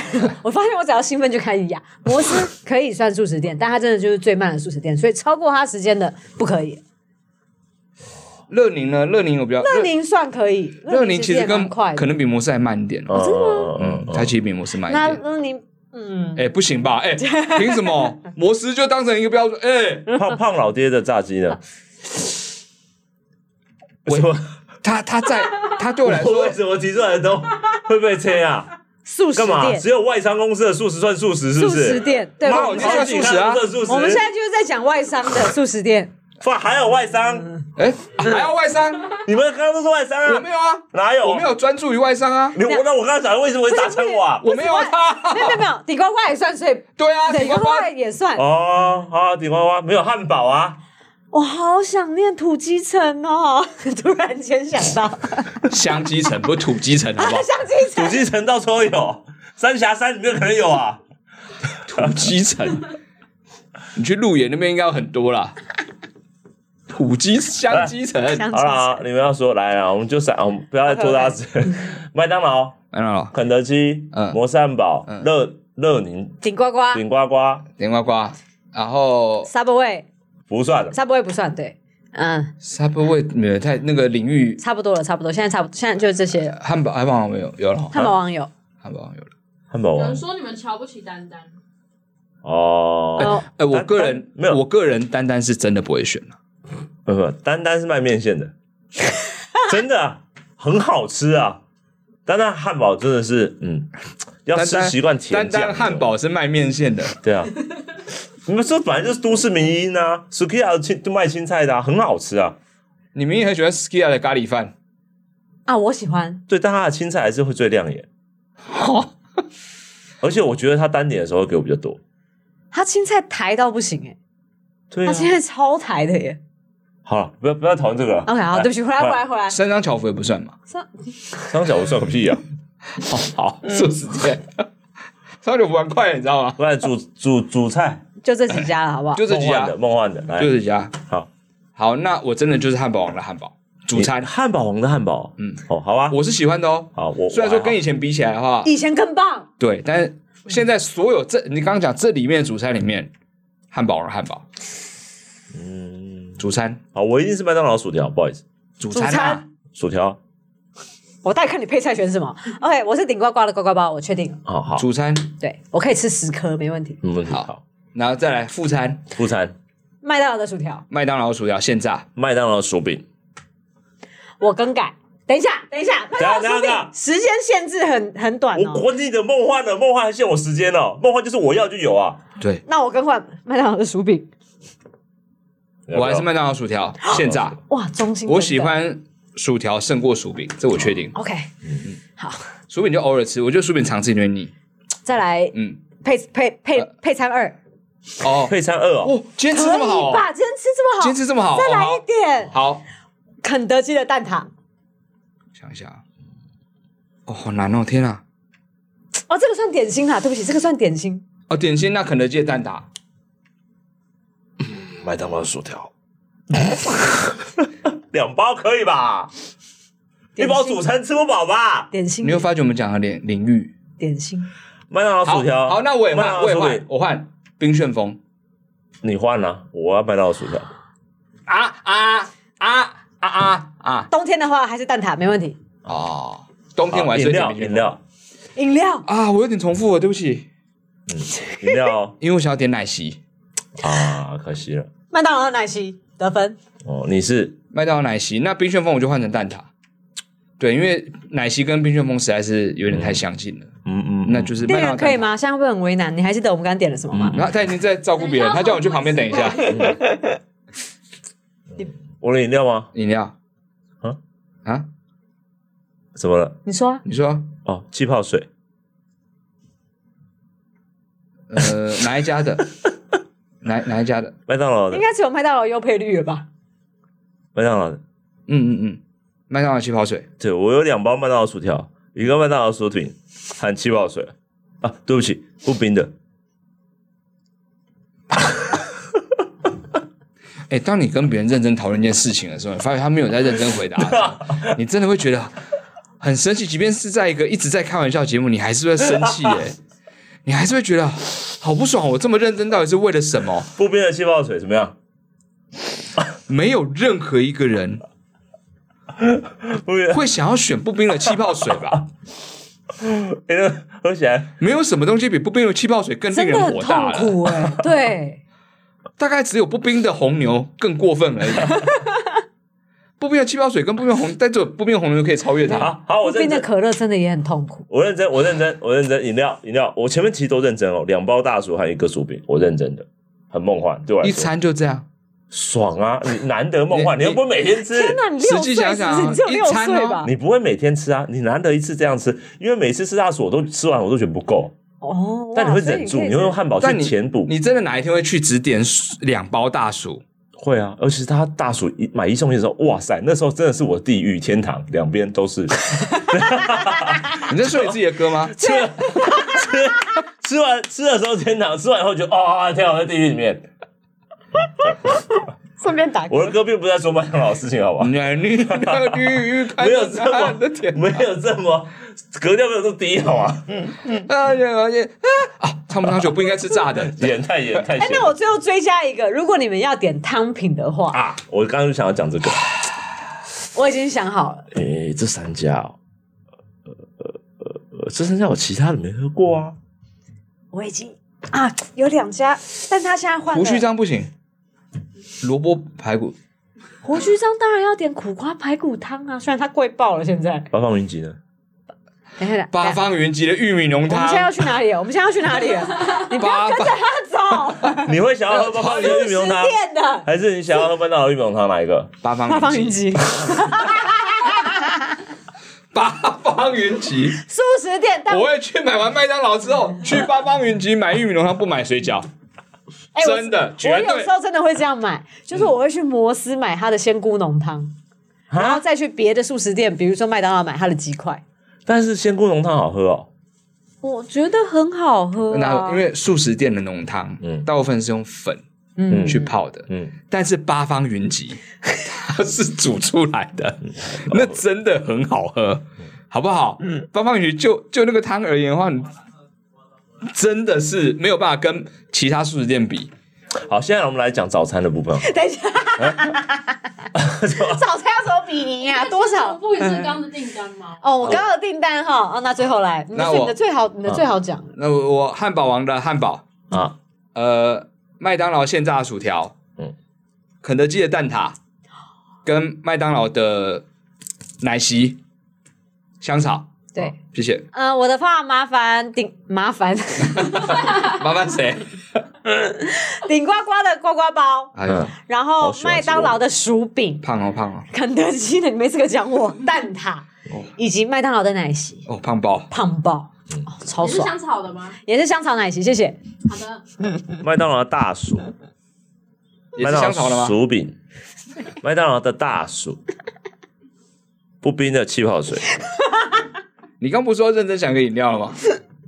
我发现我只要兴奋就开始哑。摩斯可以算素食店，但它真的就是最慢的素食店，所以超过它时间的不可以。乐宁呢？乐宁我比较乐宁算可以， 乐宁其实也蛮跟快的可能比摩斯还慢一点哦，嗯嗯它其实比摩斯慢一那点。乐宁，嗯，哎，不行吧？ 哎，凭什么摩斯就当成一个标准？ 哎，嗯，胖胖老爹的炸鸡 呢？为什么？他他在他对我来我说 为，什么提出来的都会被切啊？素食干嘛？店只。有外商公司的素食算素食是不素是？食店，对，妈，我我们这现算在自素食啊己看不算素食，我们现在就是在讲外商的素食店，哇还有外嗯商，哎，还要外商？你们刚刚都是外商我啊没？有啊， 哪有？我没有专注于外商啊，你我那我刚刚讲为什么会打穿我啊？我没有他没。有没有没有，顶呱呱也算，所以 对啊，顶顶呱呱呱呱也算。哦，好，顶呱呱没有汉堡啊，我好想念土鸡城哦， 突然间想到香鸡城不是土鸡城好 不好？香鸡土城，鸡城到处都有，三峡山里面可能有啊。土鸡城，你去路演那边应该有很多啦。土鸡香鸡城，香鸡好啦，城，你们要说来了，我们就闪，我们不要再拖大家时间。 麦当劳、看到了，肯德基、嗯摩斯汉堡嗯、乐乐宁、顶呱呱顶呱呱、顶呱呱，然后，Subway，不算了。 Subway 不算，对，嗯， Subway 没有太那个领域，差不多了，差不多，现在差不多，现在就是这些了。汉堡汉堡王没有有了，汉堡王有，汉堡王有了。汉堡有王人说你们瞧不起丹丹，哦，哦，哎，我但个人但没有我个人单单是真的不会选啊了。呃不不，丹丹是卖面线的， 真的啊很好吃啊！丹丹汉堡真的是，嗯，要单吃习惯甜单酱单的汉，堡是卖面线的，对啊。 你们这本来就是都市名医呢 s u k i y a 青卖青菜的、啊，很好吃啊。你们也很喜欢 Skia 的咖喱饭，啊，我喜欢，对，但它的青菜还是会最亮眼，哦而且我觉得它单点的时候给我比较多。他青菜抬到不行哎，对、啊他，青菜超抬的耶。好了，不要不要讨论这个了。 OK，好，对不起，回来哎回来回来。三张巧福也不算 嘛？上三角不算个 屁啊！好，是不是这样？三张巧福玩快了，你知道吗？不然煮煮煮菜，就这几家了，好不好？就这梦几家幻的，梦幻的，来，啊就这几家。好，好，那我真的就是汉堡王的汉堡主餐你，汉堡王的汉堡，嗯，哦，好啊，我是喜欢的哦。好，我虽然说跟以你前比起来的话，以前更棒，对，但是现在所有这你刚刚讲这里面的主餐里面，汉堡王汉堡嗯，主餐好，我一定是麦当劳薯条，不好意思，主主餐啊餐，薯条，我带看你配菜选什么。OK，我是顶呱呱的呱呱包，我确定了，好好，主餐，对我可以吃十颗没问题。没问题，好好，然后再来副餐，副餐麦当劳的薯条，麦当劳薯条现炸，麦当劳薯饼，我更改。等一下，等一下，麦当劳等一下薯等一下饼时间限制很很短我哦。管你的梦幻的，梦幻还限我时间哦，梦幻就是我要就有啊，对那我更换麦当劳的薯饼，我还是麦当劳薯条现炸，哇，中心我喜根本。欢薯条胜过薯饼，这我确定。 OK，好，嗯薯饼就偶尔吃，我觉得薯饼常吃有点腻。再来嗯，配配配配餐二，哦，配餐二哦，哦，今呃天吃可这么好以吧？哦，今天吃这么好，今天吃这么好，再来哦一点好，好肯德基的蛋挞。想一下啊，哦，好难哦，天啊！哦，这个算点心啦，对不起，这个算点心。哦，点心那肯德基的蛋挞，麦当劳薯条，两包可以吧？一点心包主餐吃不饱吧？点心你又发觉我们讲的领领域，点心，麦当劳好哦薯条，好，那我也麦当换，劳我也薯换饼，，我换冰旋风你换了，我要麦当劳薯条，啊啊啊啊啊啊！冬天的话还是蛋挞没问题。哦，冬天我好还是饮会料，点冰旋风饮料，饮料，啊，我有点重复了，对不起，饮料哦因为我想要点奶昔，啊，可惜了。麦当劳的奶昔得分。哦，你是麦当劳奶昔，那冰旋风我就换成蛋挞。对，因为奶昔跟冰旋风实在是有点太相近了，嗯嗯，那就是麦店当员劳啊可以蛋挞。吗？现在会很为难。你还记得我们刚刚点了什么吗？然后他已经在照顾别人，他叫我去旁边等一下。哎我的饮料吗？饮料啊啊，怎么了？你说啊、你说哦，气泡水，呃哪一家的？哪哪一家的？麦当劳的应，该只有麦当劳优配率了吧？麦当劳的。嗯嗯嗯，麦当劳气泡水。对我有两包麦当劳薯条，一个麦当劳薯饼含气泡水啊，对不起，不冰的。哎，当你跟别人认真讨论一件事情的时候，你发现他没有在认真回答的时候，你真的会觉得很生气。即便是在一个一直在开玩笑节目，你还是会生气耶、你还是会觉得好不爽。我这么认真，到底是为了什么？不冰的气泡水怎么样？没有任何一个人不冰的， 会想要选步兵的气泡水吧？哎那个喝起来没有什么东西比步兵的气泡水更令真人的很火大痛了。苦哎、对，大概只有步兵的红牛更过分而已。 步兵的气泡水跟步兵红，但只有步兵红牛可以超越它。好好，不哦我认冰的真，可乐真的也很痛苦。我认真，我认真，我认真。饮料，饮料，我前面其实都认真哦，两包大薯和一个薯饼，我认真的，很梦幻，对我来一说餐就这样，爽啊！你难得梦幻，你你你又不会每天吃，天哪，你实六际岁想是想啊不是？你只有六一餐哦岁吧？你不会每天吃啊，你难得一次这样吃，因为每次吃大薯我都吃完我都觉得不够，哦， 但你会哇所以忍住，可以你会用汉堡但去你填补。你真的哪一天会去只点两包大薯？会啊，而且是他大薯一买一送一的时候，哇塞，那时候真的是我地狱天堂，两边都是吃你在说你自己的歌 吗？ 了吃吃完吃的时候天堂，吃完以后觉得啊、天堂在地狱里面。 顺便打我的歌并不是在说麦当劳的事情，好吧？男女的鱼看没有着这么哎的天，没有这么格调没有这么低，好吧？ 啊，而且啊啊，汤姆汤酒不应该吃炸的。 盐太盐太哎、咸那我最后追加一个，如果你们要点汤品的话，啊！我刚刚就想要讲这个，我已经想好了，诶、这三家、哦，呃呃呃呃，这三家我其他的没喝过啊。我已经啊有两家，但他现在换了胡须章不行，萝卜排骨胡须章当然要点苦瓜排骨汤啊，虽然它贵爆了现在。八方云 集呢？等一下，等一下八方云集的玉米浓我们 汤现在，要去哪里？ 我们现在要去哪里？你不要八跟着方他走，你会想要喝八方云集的玉米浓汤，店的还是你想要喝麦当劳玉米浓汤哪一个？八八方方云云集，集八方云集，素食店，但我会去买完麦当劳之后去八方云集买玉米浓汤，不买水饺。哎我真的绝我对嗯有时候真的会这样买，就是我会去摩斯买它的仙菇浓汤，然后再去别的素食店，比如说麦当劳买它的鸡块，但是仙菇浓汤好喝哦，我觉得很好喝那啊，因为素食店的浓汤，嗯大部分是用粉嗯去泡的，嗯，但是八方云集它是煮出来的，那真的很好喝，好不好？八方云集就就那个汤而言的话，你真的是没有办法跟其他素食店比。好，现在我们来讲早餐的 部分。 哦等一下，早餐要怎么比拟呀？多 少？不也是刚的订单吗？哦，我刚刚的订单哈，哦，那最后来，你那是你我嗯的最好，你的最好讲，那我我汉堡王的汉堡，啊，呃，麦当劳现炸的薯条，嗯肯德基的蛋挞，跟麦当劳的奶昔、香草，对。谢谢。嗯，我的话麻烦顶麻烦麻烦谁？ 顶呱呱的呱呱包，哎嗯呀，，然好后喜欢麦吃呱呱当劳的薯饼，胖哦胖哦，肯德基的，你没资格讲我蛋挞，以及麦当劳的奶昔，哦胖爆。胖爆，嗯哦超也是爽，香草的吗？也是香草奶昔，谢谢。好的，嗯麦当劳的大薯， 也是香草的麦当劳吗？薯饼，麦当劳的大薯，不冰的气泡水。你刚不是说认真想一个饮料了吗？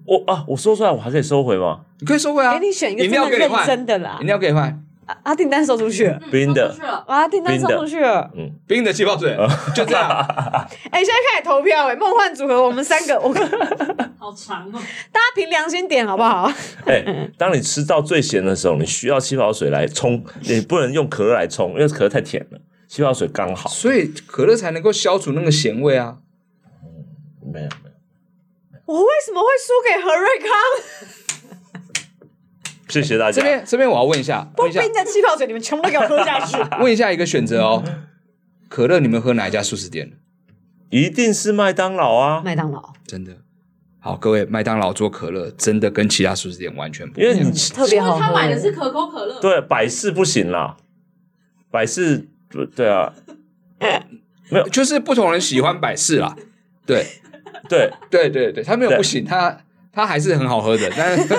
我啊，我说出来我还可以收 回吗？你可以收回啊。给你选一个饮料真的给你认换，真的啦饮，料给你换，啊啊，订单收出去了，冰的嗯出去了，啊，订单送出去了。冰的气泡水，嗯就这 样。哎、现在开始投票哎、梦幻组合，我们三个，我 大好长哦。家凭良心点好不好？哎、当你吃到最咸的时候，你需要气泡水来冲，你不能用可乐来冲，因为可乐太甜了，气泡水刚好。所以可乐才能够消除那个咸味啊。没有没有，我为什么会输给何瑞康？谢谢大这家。边这边我要问一下，不问一下冰，的气泡水，你们全部都给我喝下 去。问一下一个选择哦。嗯可乐，你们喝哪一家素食店？一定是麦当劳啊，麦当劳真的好，各位，麦当劳做可乐真的跟其他素食店完全不一样。因为你、嗯特别因为好喝，他买的是可口可乐，对百事不行啦，百事对啊，就是不同人喜欢百事啦。对对对对对，它没有不行，它它还是很好喝的，但 是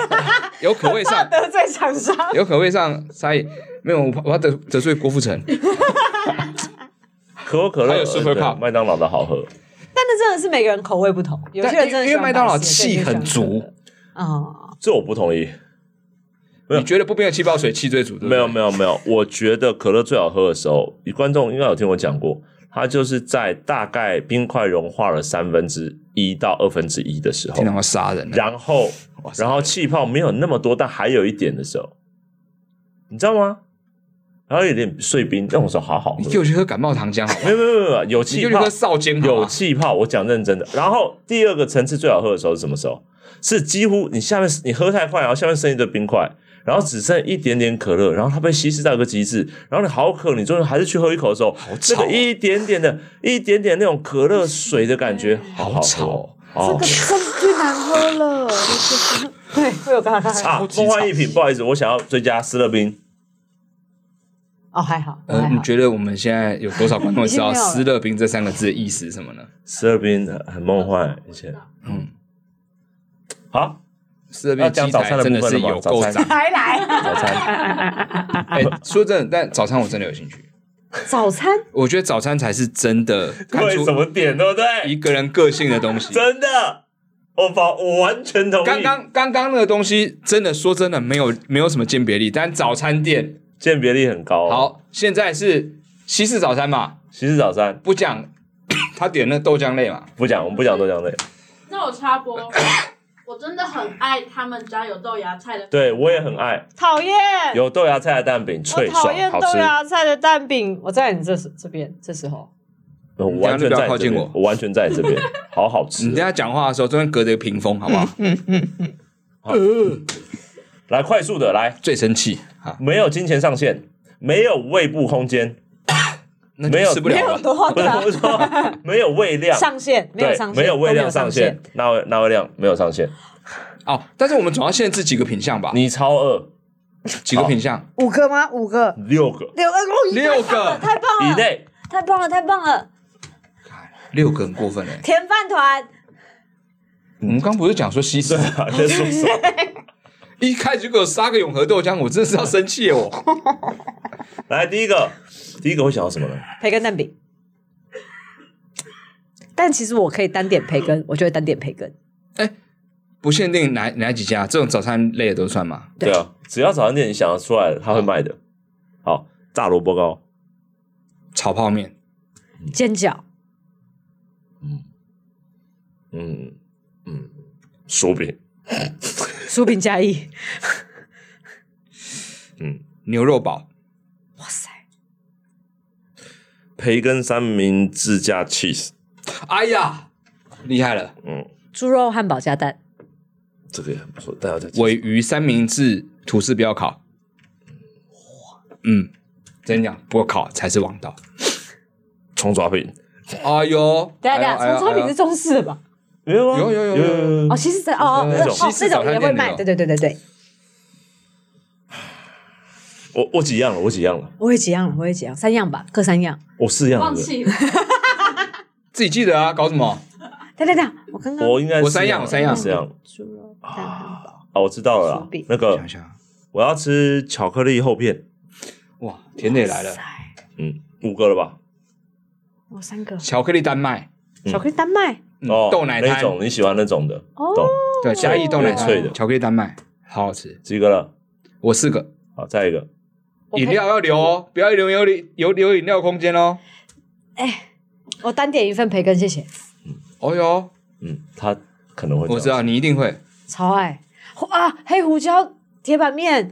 有可味上，得罪厂商。有可味上差异。没有，我怕我要得得罪郭富城。可口可乐呃还有 Super 对 Cup 麦当劳的好喝。但那真的是每个人口味不同，有些人真的但因为因为麦当劳气很足啊、哦这我不同意。没有你觉得不冰的气泡水气最足？对不没对有没有没有，我觉得可乐最好喝的时候，观众应该有听我讲过，它就是在大概冰块融化了三分之一到二分之一的时候听，到要杀人了。然后哇塞然后气泡没有那么多，但还有一点的时候，你知道吗？然后有点碎冰，那我说好好喝你，给我去喝感冒糖浆好不好没有没有没有没有，有你气就去泡喝少坚好有吗气泡，我讲认真的。然后第二个层次最好喝的时候是什么时候？是几乎你下面你喝太快，然后下面剩一堆冰块，然后只剩一点点可乐，然后它被稀释到一个极致，然后你好渴，你终于还是去喝一口的时候，这吵个一点点的、一点点那种可乐水的感觉，好好吵喝哦。哦，这个最难喝 了。哦对，会有刚刚啊，梦幻一品，不好意思，我想要追加斯乐冰，哦，还好，呃，还你好。觉得我们现在有多少观众知已经道没“有了斯乐冰”这三个字的意思是什么呢？斯乐冰很梦幻，以前嗯，好斯乐要冰讲鸡早餐排的真的部分是了吗有够早餐脏。还来早餐 哎，说真的，但早餐我真的有兴趣。 早餐，我觉得早餐才是真 的看对出什么点，对不一对？个人个性的东西。真的，我保我完全同意。刚刚刚刚那个东西，真的说真的没有没有什么鉴别力，但早餐店鉴别力很高、哦。，好，现在是西式早餐嘛，西式早餐不讲 他点那豆浆类嘛，不讲，我们不讲豆浆类。那我插播，我真的很爱他们家有豆芽菜的，对我也很爱，讨厌，有豆芽菜的蛋饼我脆讨爽厌好豆吃，芽菜的蛋饼。我在你这时这边这时候，我完全你等下就不要在你靠这近边，我嗯我完全在你这 边，好好你吃等一。下讲话的时候，中间隔着一个屏风，好不好？嗯来快速的来，最生气啊，没有金钱上限，没有胃部空间，那就没有吃不没了有了。的话不是我是说没有胃量，上限没有对上限，没有胃都量上限，，那位那位量没有上限，哦，但是我们总要限制几个品项吧？你哦超饿几个品项？五个吗？五个，六个六个，哦六个太棒以了，内， 太棒了，太棒了！六个很过分哎！甜饭团，我们刚不是讲说西施嗯对，啊，在说什么？一开始就给我杀个永和豆浆，我真的是要生气耶哦我。来第一个，第一个会想到什么呢？培根蛋饼。但其实我可以单点培根，我就会单点培根。不限定哪哪几家，这种早餐类的都算吗？对对啊，只要早餐店你想得出来，他会卖的。好，炸萝卜糕，炒泡面、煎饺、嗯嗯，薯饼，酥饼加一，牛肉堡、哇塞，培根三明治加 cheese，哎呀，厉害了！嗯，猪肉汉堡加蛋，这个也很不错，但要再尾鱼三明治、吐司不要烤。嗯，真讲不烤才是王道。葱抓饼，哎呦，等一下等一哎下，呦啊哎葱烧饼是，中式的吧？有有有有有哦，西式的哦哦那哦，嗯哦种西那式早种餐也店会的卖，哦对对对对对，哦我我几样了，我几样了，我也几样了，我也几样，三样吧，各三样。我四样忘 了，记了，呃自己记得啊，搞什么？等等等，我刚刚我应该我三样我三样四样猪肉蛋汉堡，啊，我知道了啦薯饼，那个想一下，我要吃巧克力厚片，哇，甜的也来了，嗯，五个了吧？我哦三个巧克力丹麦、巧克力丹麦嗯哦，豆奶那摊，种你喜欢那种的，懂哦，对，嘉义豆奶摊脆的巧克力丹麦，好好吃。几个了？我四个好，再一个，我饮配料要留哦，不要留有有留饮料空间哦。我单点一份培根，谢谢，哦哟，嗯，他可能会这样我知道你一定会。超爱啊！黑胡椒铁板面，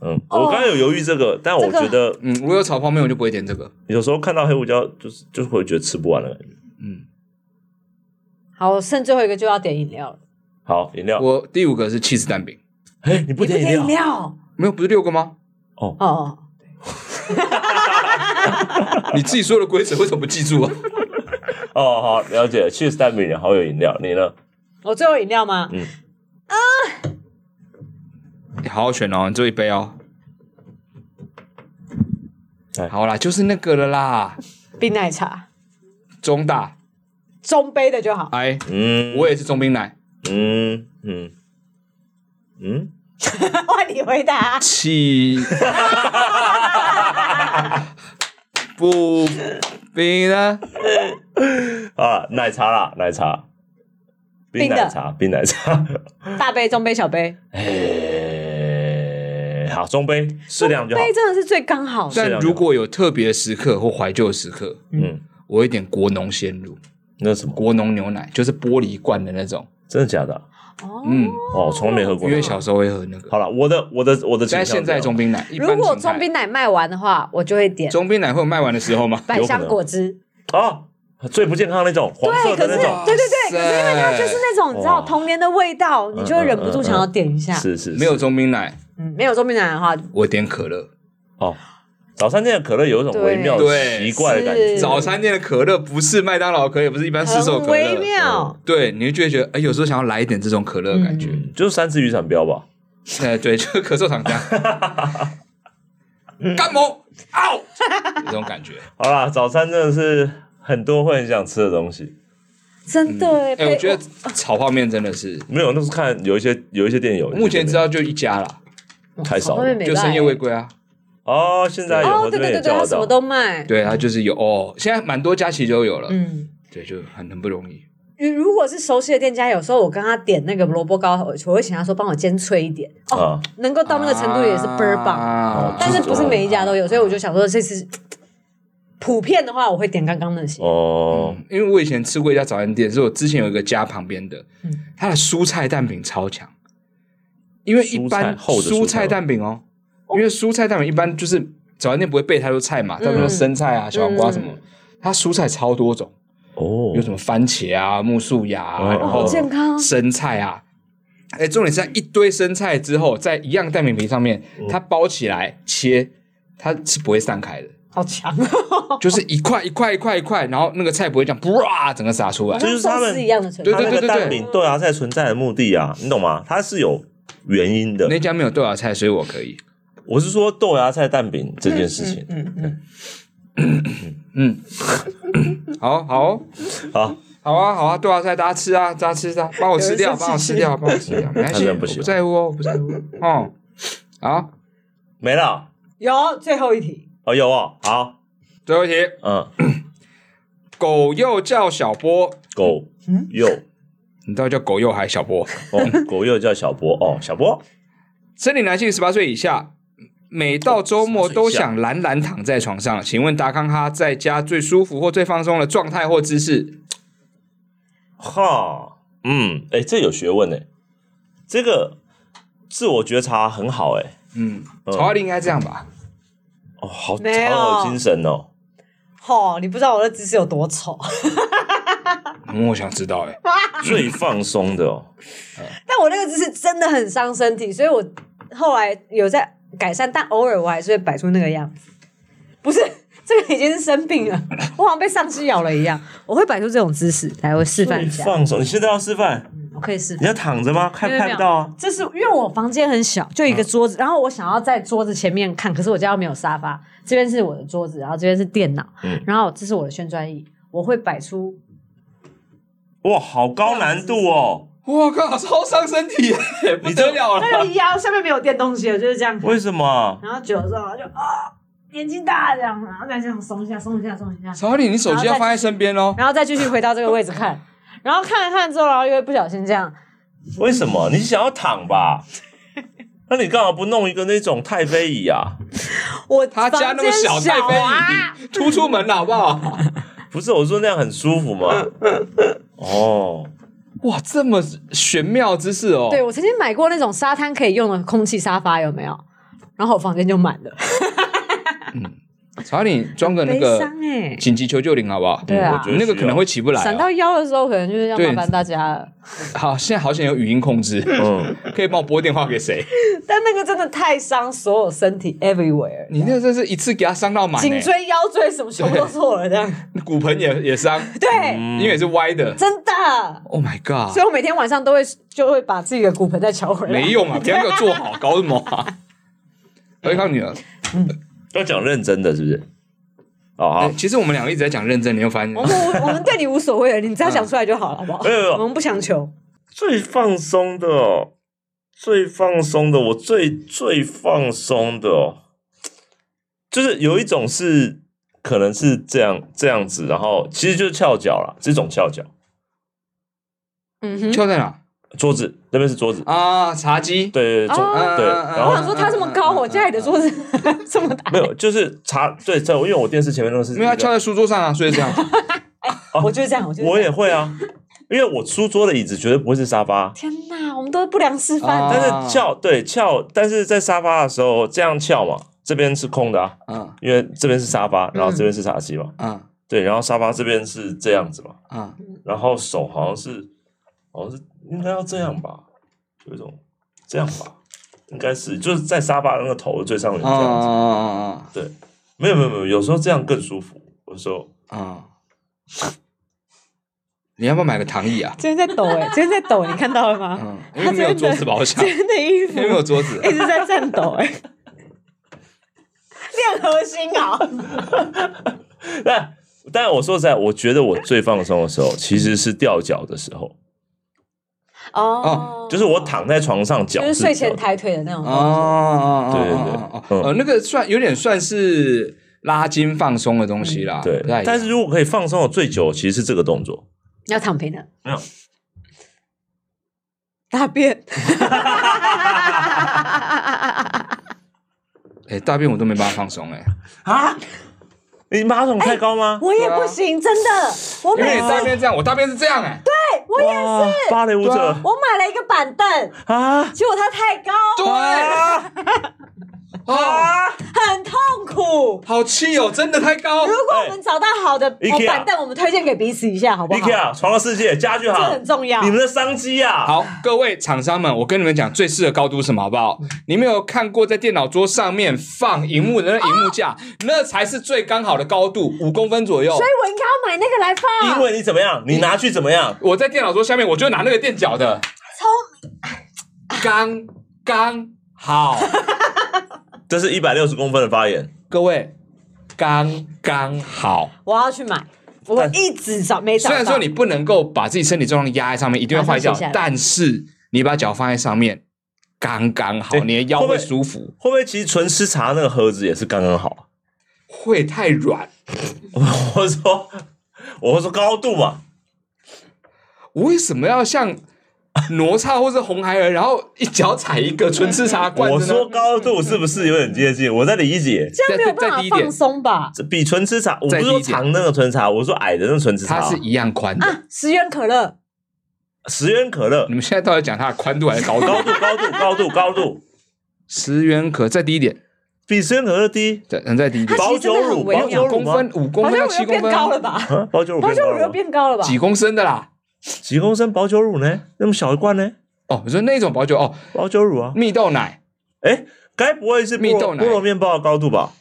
嗯，哦我刚刚有犹豫这个，但我这个觉得嗯，我有炒泡面，我就不会点这个。有时候看到黑胡椒，就是就是会觉得吃不完的感觉。嗯，好，我剩最后一个就要点饮料了，好，饮料，我第五个是 cheese 蛋饼，哎， 你不你不点点饮饮料？料没有，不是六个吗？哦哦，你自己说的规则为什么不记住啊？哦，好，了解。cheese 蛋饼，然后有饮料，你呢？我最后饮料吗？ 你好好选哦，你做一杯哦哎。好啦，就是那个了啦，冰奶茶，中大中杯的就好。哎，嗯，我也是中冰奶，嗯嗯嗯， 换你回答，气不冰呢？啊，奶茶啦，奶茶，冰冰的奶茶，冰奶茶。 大杯、中杯、小杯，哎，好，中杯适量就好啊杯。真的是最刚好的。但如果有特别时刻或怀旧时刻，嗯，我会点国农鲜乳、那是什么？国农牛奶，就是玻璃罐的那种。真的假的啊？哦，嗯，哦，从来没喝过因。为小时候会喝那个。好了，我的我的我的倾但向现在这样中冰奶，一般如果形态中冰奶卖完的话，我就会点中冰奶会有卖完的时候吗？百香果汁。哦，最不健康的那种，黄色对，可的是那种。对对对，可是因为它就是那种你知道哇童年的味道，你就会忍不住想要点一下。是是，是没有中冰奶，嗯，没有中冰奶的话，我点可乐。哦。早餐店的可乐有一种微妙对奇怪的感觉嗯是，早餐店的可乐不是麦当劳的可乐，也不是一般市售的很可微乐。妙。对，你就会觉得，哎，有时候想要来一点这种可乐的感觉。嗯就是三只雨伞标吧。哎，对，就是咳嗽厂家，干某 out 这种感觉。好啦，早餐真的是很多会很想吃的东西，真的哎、哎，配我觉得炒泡面真的是，没有那是看有一些有一些店有，目前知道就一家啦，太少后了面。没就卖深夜未归啊。哦，现在有哦，我对这对边也对对，叫他得什么到。都卖。对，它就是有哦，现在蛮多家其实都有了。嗯，对，就很很不容易。如如果是熟悉的店家，有时候我跟他点那个萝卜糕，我我会请他说帮我煎脆一点，啊，能够到那个程度也是倍儿棒。啊但是不是每一家都有，所以我就想说这次普遍的话，我会点刚刚那些。哦，因为我以前吃过一家早餐店，是我之前有一个家旁边的嗯，它的蔬菜蛋饼超强。因为一般蔬菜厚的蔬菜蔬菜蛋饼哦，因为蔬菜蛋饼一般就是早餐店不会备太多菜嘛，它有嗯生菜啊、小黄瓜什么，它蔬菜超多种，哦，有什么番茄啊、木薯芽啊，哦然好后健康，生菜啊。哎，重点是它一堆生菜之后，在一样蛋饼皮上面，嗯它包起来切，它是不会散开的，好强，就是一块一块一块一块，然后那个菜不会这样，哇，整个撒出来好。像就是他们寿司一样的存对在。它对那对个对蛋对饼豆芽菜存在的目的啊，你懂吗？它是有原因的。那家没有豆芽菜，所以我可以。我是说豆芽菜蛋饼这件事情。嗯嗯，好好好，好啊，好啊，豆芽菜大家吃啊，大家吃啊，帮我吃掉，有人帮生气我吃掉，帮我吃掉，没关他真系，的我不喜不欢在乎哦，我不在乎。哦，好，没了有最后一题，哦，有哦，好，最后一题，嗯，狗又叫小波，狗嗯又你知道叫狗又还是小波？哦，狗又叫小波哦，小波生理男性十八岁以下，每到周末都想懒懒躺在床上。请问达康哈在家最舒服或最放松的状态或姿势？哈，嗯，哎，这有学问哎，这个自我觉察很好哎，嗯，嗯曹阿丽应该这样吧？哦，好，没有好有精神 哦，吼，你不知道我的姿势有多丑， 嗯我想知道哎、欸最放松的哦，但我那个姿势真的很伤身体，所以我后来有在改善，但偶尔我还是会摆出那个样子。不是， 这个已经是生病了，我好像被丧尸咬了一样。我会摆出这种姿势，来，我示范最一下，放松。你现在要示范，我可以示范你。要躺着吗？看没有看不到啊，这是因为我房间很小，就一嗯个桌子，然后我想要在桌子前面看，可是我家又没有沙发，这边是我的桌子，然后这边是电脑，嗯然后这是我的旋转椅，我会摆出哇，好高难度哦，我靠，超伤身 体、欸，不得了那了！个腰哎下面没有垫东西了，就是这样，为什么？然后久了之后就啊、眼睛大这样，然后再这样松一下，松一下，松一下，曹阿丽，你手机要放在身边哦。然后再继续回到这个位 置看，然后看一看之后，然后又会不小心这样，为什么？你想要躺吧？ 那你干嘛不弄一个那种太妃椅啊？我他家那么小，房间太小啊，妃椅，出出门了好不好？不是，我说那样很舒服吗？嗯哦，哇，这么玄妙之事哦！对，我曾经买过那种沙滩可以用的空气沙发，有没有？然后我房间就满了，曹阿丽，你装个那悲个伤哎、紧急求救铃好不好？嗯对啊我觉得需要那个可能会起不来、闪哦。到腰的时候，可能就是要对麻烦大家了。好，现在好险有语音控制，嗯，可以帮我拨电话给谁？但那个真的太伤所有身体，everywhere，你那真是一次给他伤到满、欸，颈椎、腰椎什么全部都错了，这样。骨盆也也伤，对，嗯因为也是歪的。真的。 Oh my 所以 god！我每天晚上都会就会把自己的骨盆再敲回来。没用啊，平常给我做好，搞什么 啊？我告诉你了，要讲认真的，是不是？哦，好哎，其实我们两个一直在讲认真，你会发现我们我我们对你无所谓了，你只要讲出来就好了，好不好？没有没有我们不强求。最放松的哦，最放松的，我最最放松的哦，就是有一种是可能是这样这样子，然后其实就是翘脚啦，这种翘脚，嗯哼，翘在哪桌子那边是桌子，啊？茶几，对对对，桌哦对，嗯嗯嗯然我后想说他这么高，我家里的桌子这么大，没有，就是茶对，这因为我电视前面那个是没有，他翘在书桌上 啊，所以这样。哦我就是这样，我就是这样我也会啊，因为我书桌的椅子绝对不会是沙发，天哪，我们都是不良示范。啊但是翘对翘，但是在沙发的时候这样翘嘛，这边是空的啊，嗯因为这边是沙发，然后这边是茶几嘛，嗯对，然后沙发这边是这样子嘛，嗯，然后手好像是好像是应该要这样吧，有一种这样吧，应该是就是在沙发的那个头最上面这啊样子，啊对，没有没有没有，有时候这样更舒服，有时候。啊啊！你要不要买个躺椅啊？今天在抖哎，今天在抖，你看到了吗？嗯，因为没有桌子吧，我想今，天的衣服 因为没有桌子 一。直在颤抖 哎、练核心啊！但但我说实在，我觉得我最放松的时候其实是吊脚的时候，哦就是我躺在床上，脚就是是睡前吊的抬腿的那种 哦哦哦，对对对哦哦嗯哦，那个算有点算是拉筋放松的东西啦，嗯对不太一样，但是如果可以放松的最久，其实是这个动作。要躺平的，没有，大便。 哎，大便我都没办法放松哎，啊，你马桶太高吗？ 我也不行，真的，我因为每你次大便这样，我大便是这样哎、我也哇，芭蕾舞对者啊我买了一个板凳，啊结果它太高，对啊，啊，很痛苦。好气哦，真的太高如。啊果我们找到好的哦 IKEA 板凳，我们推荐给彼此一下，好不好？ ，IKEA 床的世界家具这行很，重要你。们的商机啊！好，各位厂商们，我跟你们讲，最适合高度是什么，好不好？你们有看过在电脑桌上面放荧幕的那荧幕架，那才是最刚好的高度，五公分左右所。以哎我应该要买那个来因放，为你怎么样，你拿去怎么样？我在电脑桌下面，我就拿那个垫脚的，聪刚刚好。这是一百六十公分的发言，各位，刚刚好。我要去买，我但一直找没找哎虽到。然说你不能够把自己身体重量压在上面，一定会坏掉马上卸下来，但是你把脚放在上面，刚刚好，对你的腰会不会会舒服，会不会其实纯吃茶那个盒子也是刚刚好？ 会太软。我说，我说高度嘛，我为什么要像哪吒或是红孩儿，然后一脚踩一个纯吃茶罐我子呢？说高度是不是有点接近？我在理解，这样没有办再法低一点放松吧？这比纯吃茶，我不再是低说一点长那个纯茶，我说矮的那个纯吃茶它啊是，一样宽的。啊，十元可乐，十元可乐你，们现在到底讲它的宽度还是高高度？度高度高度高度，十元可再低一点，比十元可乐低，再嗯再低一点它，保其实真酒的乳很微保妙酒五乳公吗？分，五公好分到像我七又公变分，高了 吧？啊，保酒乳好变像高我又了吗，变高了吧？几公升的啦。几公升保酒乳呢？那么小一罐呢？哦，你说那种保酒哦，保酒乳啊，蜜豆奶，哎，该不会是菠蜜豆萝奶菠萝面包的高度吧？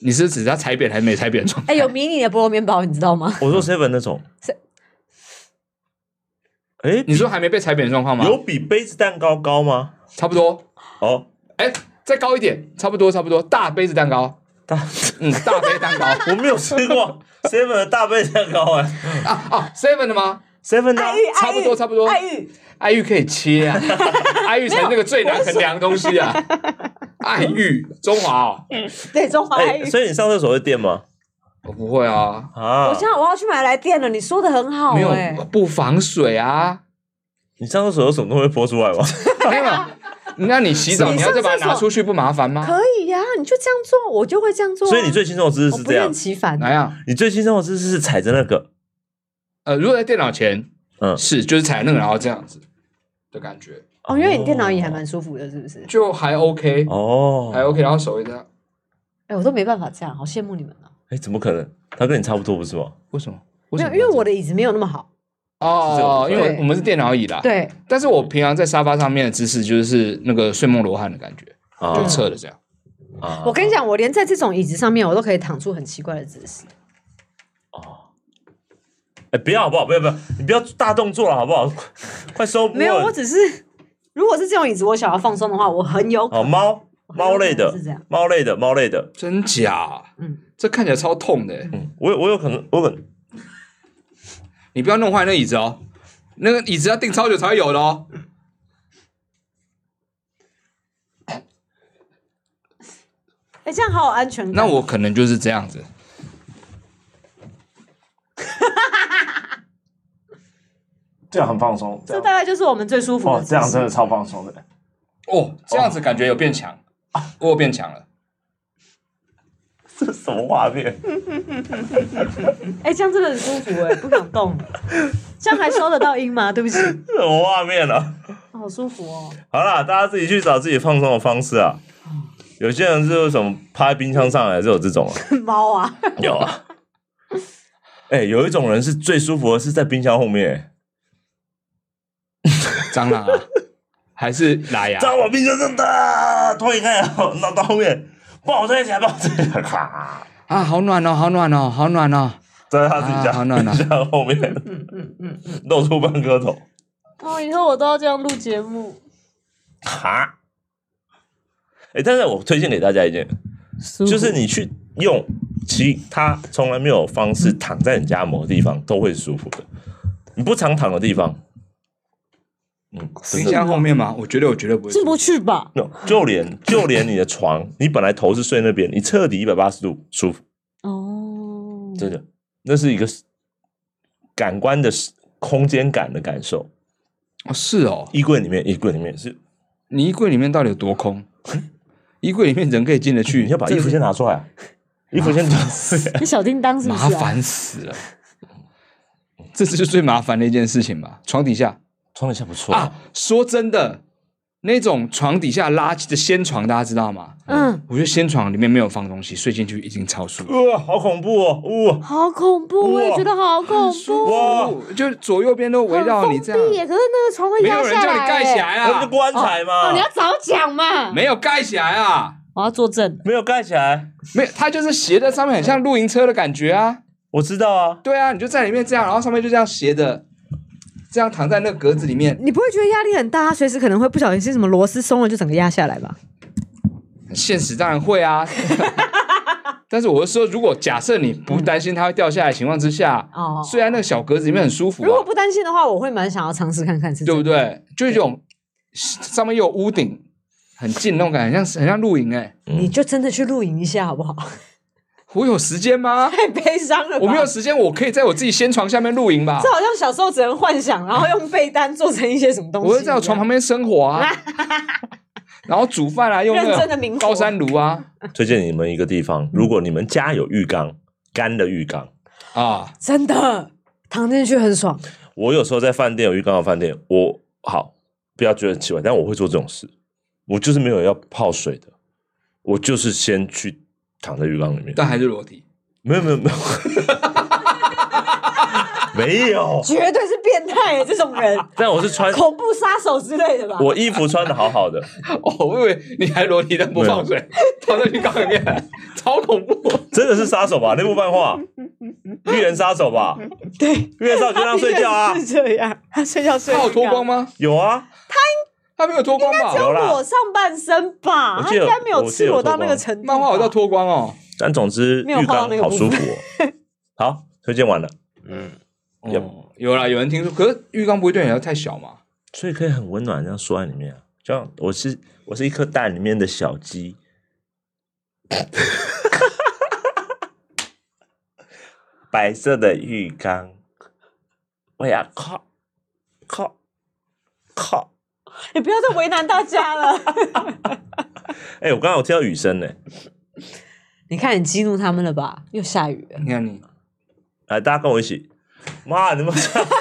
你是指它踩扁还是没踩扁状态？哎，有迷你的菠萝面包，你知道吗？我说 seven 那种嗯是，哎，你说还没被踩扁的状况吗？有比杯子蛋糕高吗？差不多。哦，哎，再高一点，差不多，差不多，大杯子蛋糕，大， 嗯，大杯蛋糕我没有吃过 seven 的大杯子蛋糕哎啊啊，seven 的吗？ ，seven 的啊哎 爱玉，差不多差不多爱玉爱玉，爱玉可以切啊，爱玉才那个最难衡量的东西 啊，爱玉，中华哦，对，中华爱哎，玉。所以你上厕所会垫吗？我不会啊，啊我，现在我要去买来电了，你说的很好没有哎。不防水啊，你上厕所有什么东西会泼出来吗？没有，那你洗 澡你你上要再把它拿厕所出去不麻烦吗？可以呀、你就这样做，我就会这样做啊、所以你最轻松的姿势我是不这样厌，其烦。哪样？你最轻松的姿势是踩着那个，啊呃，如果在电脑前，嗯是就是踩那个，然后这样子的感觉哦，因为你电脑椅还蛮舒服的，是不是？哎、就还 OK，哦，哎还 OK，然后手一这样，我都没办法这样，好羡慕你们啊！哎，怎么可能？他跟你差不多不是吗？为什么？没有，因为我的椅子没有那么好。是这个哦，部分因为我们是电脑椅啦，对，但是我平常在沙发上面的姿势就是那个睡梦罗汉的感觉，啊就侧的这样。嗯啊我跟你讲，我连在这种椅子上面，我都可以躺出很奇怪的姿势。哎，不要好不好？不要不要，你不要大动作了好不好？快收波了。没有，我只是如果是这种椅子，我想要放松的话，我很有可哦，猫猫类的是这样，猫类的，猫类的。真假？嗯，这看起来超痛的欸，嗯，我有我有可能，我可能你不要弄坏那椅子哦，那个椅子要订超久才会有的哦。哎、这样好有安全感。那我可能就是这样子，这样很放松，这这样大概就是我们最舒服的哦，姿势。这样真的超放松的。哦，这样子感觉有变强，哦我有变强了。 这是什么画面？ 哎、这样真的很舒服哎、不想 动了。这样还收得到音吗？对不起，哦这什么画面啊？好舒服哦。好啦，大家自己去找自己放松的方式啊。有些人是什么趴在冰箱上来，是有 这种啊， 猫啊，有啊。哎、有一种人是最舒服的是在冰箱后面，蟑 螂啊，还是啊来呀？在我冰箱上的推开， 然后弄到后面抱在一起，抱在一起，咔，啊，好暖哦，好暖哦，好暖哦。在他自己啊家、好暖啊 冰箱后面，嗯露出半颗头，哦，以后我都要这样录节目。哈。哎、但是我推荐给大家一件，就是你去用其他从来没有方式躺在你家某个地方都会舒服的，你不常躺的地方，嗯，冰真的箱后面嘛，我觉得我绝对不会。进不去吧？ No，就连就连你的床，你本来头是睡那边，你彻底一百八十度舒服，哦，真的，那是一个感官的空间感的感受。哦是哦，衣柜里面，衣柜里面是嗯你衣柜里面到底有多空？衣柜里面人可以进得去？你要把衣服先拿出来啊，衣服先脱。你小叮当是不麻是、啊？烦死了。这次是最麻烦的一件事情吧？床底下 穿了一下不错啊，说真的，那种床底下垃圾的掀床，大家知道吗？嗯，我觉得掀床里面没有放东西，睡进去已经超舒服。哇，好恐怖哦！哇，好恐怖，我也觉得好恐怖。哇，哦，就左右边都围绕你这啊很封闭耶样，可是那个床会没压有人下叫你来。盖起来那不啊是，棺材吗哦，你？要早讲嘛！没有盖起来啊，我要作证。没有盖起来，没有，它就是斜在上面，很像露营车的感觉啊。我知道 啊。对啊，你就在里面这样，然后上面就这样斜的，这样躺在那个格子里面，你不会觉得压力很大？他随时可能会不小心是什么螺丝松了就整个压下来吧？现实当然会 啊。但是我是说，如果假设你不担心它会掉下来的情况之下，哦虽然那个小格子里面很舒服、如果啊，不担心的话，我会蛮想要尝试看看是对不真的。对？就一种上面又有屋顶，很近那种感觉，很像很像露营哎、你就真的去露营一下好不好？我有时间 吗？太悲伤了吧。我没有时间，我可以在我自己先床下面露营吧这。好像小时候只能幻想，然后用被单做成一些什么东西。我会在我床旁边边。生火啊， 然后煮饭啊，用那认真的明个火高山炉啊推荐你们一个地方，如果你们家有浴缸，干的浴缸，啊，真的躺进去很爽，我有时候在饭店有浴缸的饭店，我好不要觉得很奇怪，但我会做这种事，我就是没有要泡水的，我就是先去躺在浴缸里面，但还是裸体。没有没有没有， 没有，绝对是变态欸这种 人，但我是 穿恐怖杀手之类的吧？我衣服穿的好好的，哦，我以为你还裸体但不放水， 躺在浴缸里面，超恐怖。真的是杀手吧？那部漫 画《预言杀手》吧，对， 《预言杀手》就让睡觉 啊他的确，是这样，他睡觉睡他有脱光吗？吗？有啊，他没有脱光吧？有啦裸。上半身吧，我他记得应该没有赤裸到那个程度吧。漫画有到脱光哦，但总之，没有浴画到缸那个好部舒分服哦。 好，推荐完了，有哦有啦，有人听说，可是浴缸不会对你来说太小嘛？所以可以很温暖，这样缩在里面啊。就像我是我是一颗蛋里面的小鸡。 白色的浴缸，我要靠靠靠！你不要再为难大家了。 哎、我刚刚有听到雨声呢、你看你激怒他们了吧？又下雨了，你看你，来，大家跟我一起。妈，你们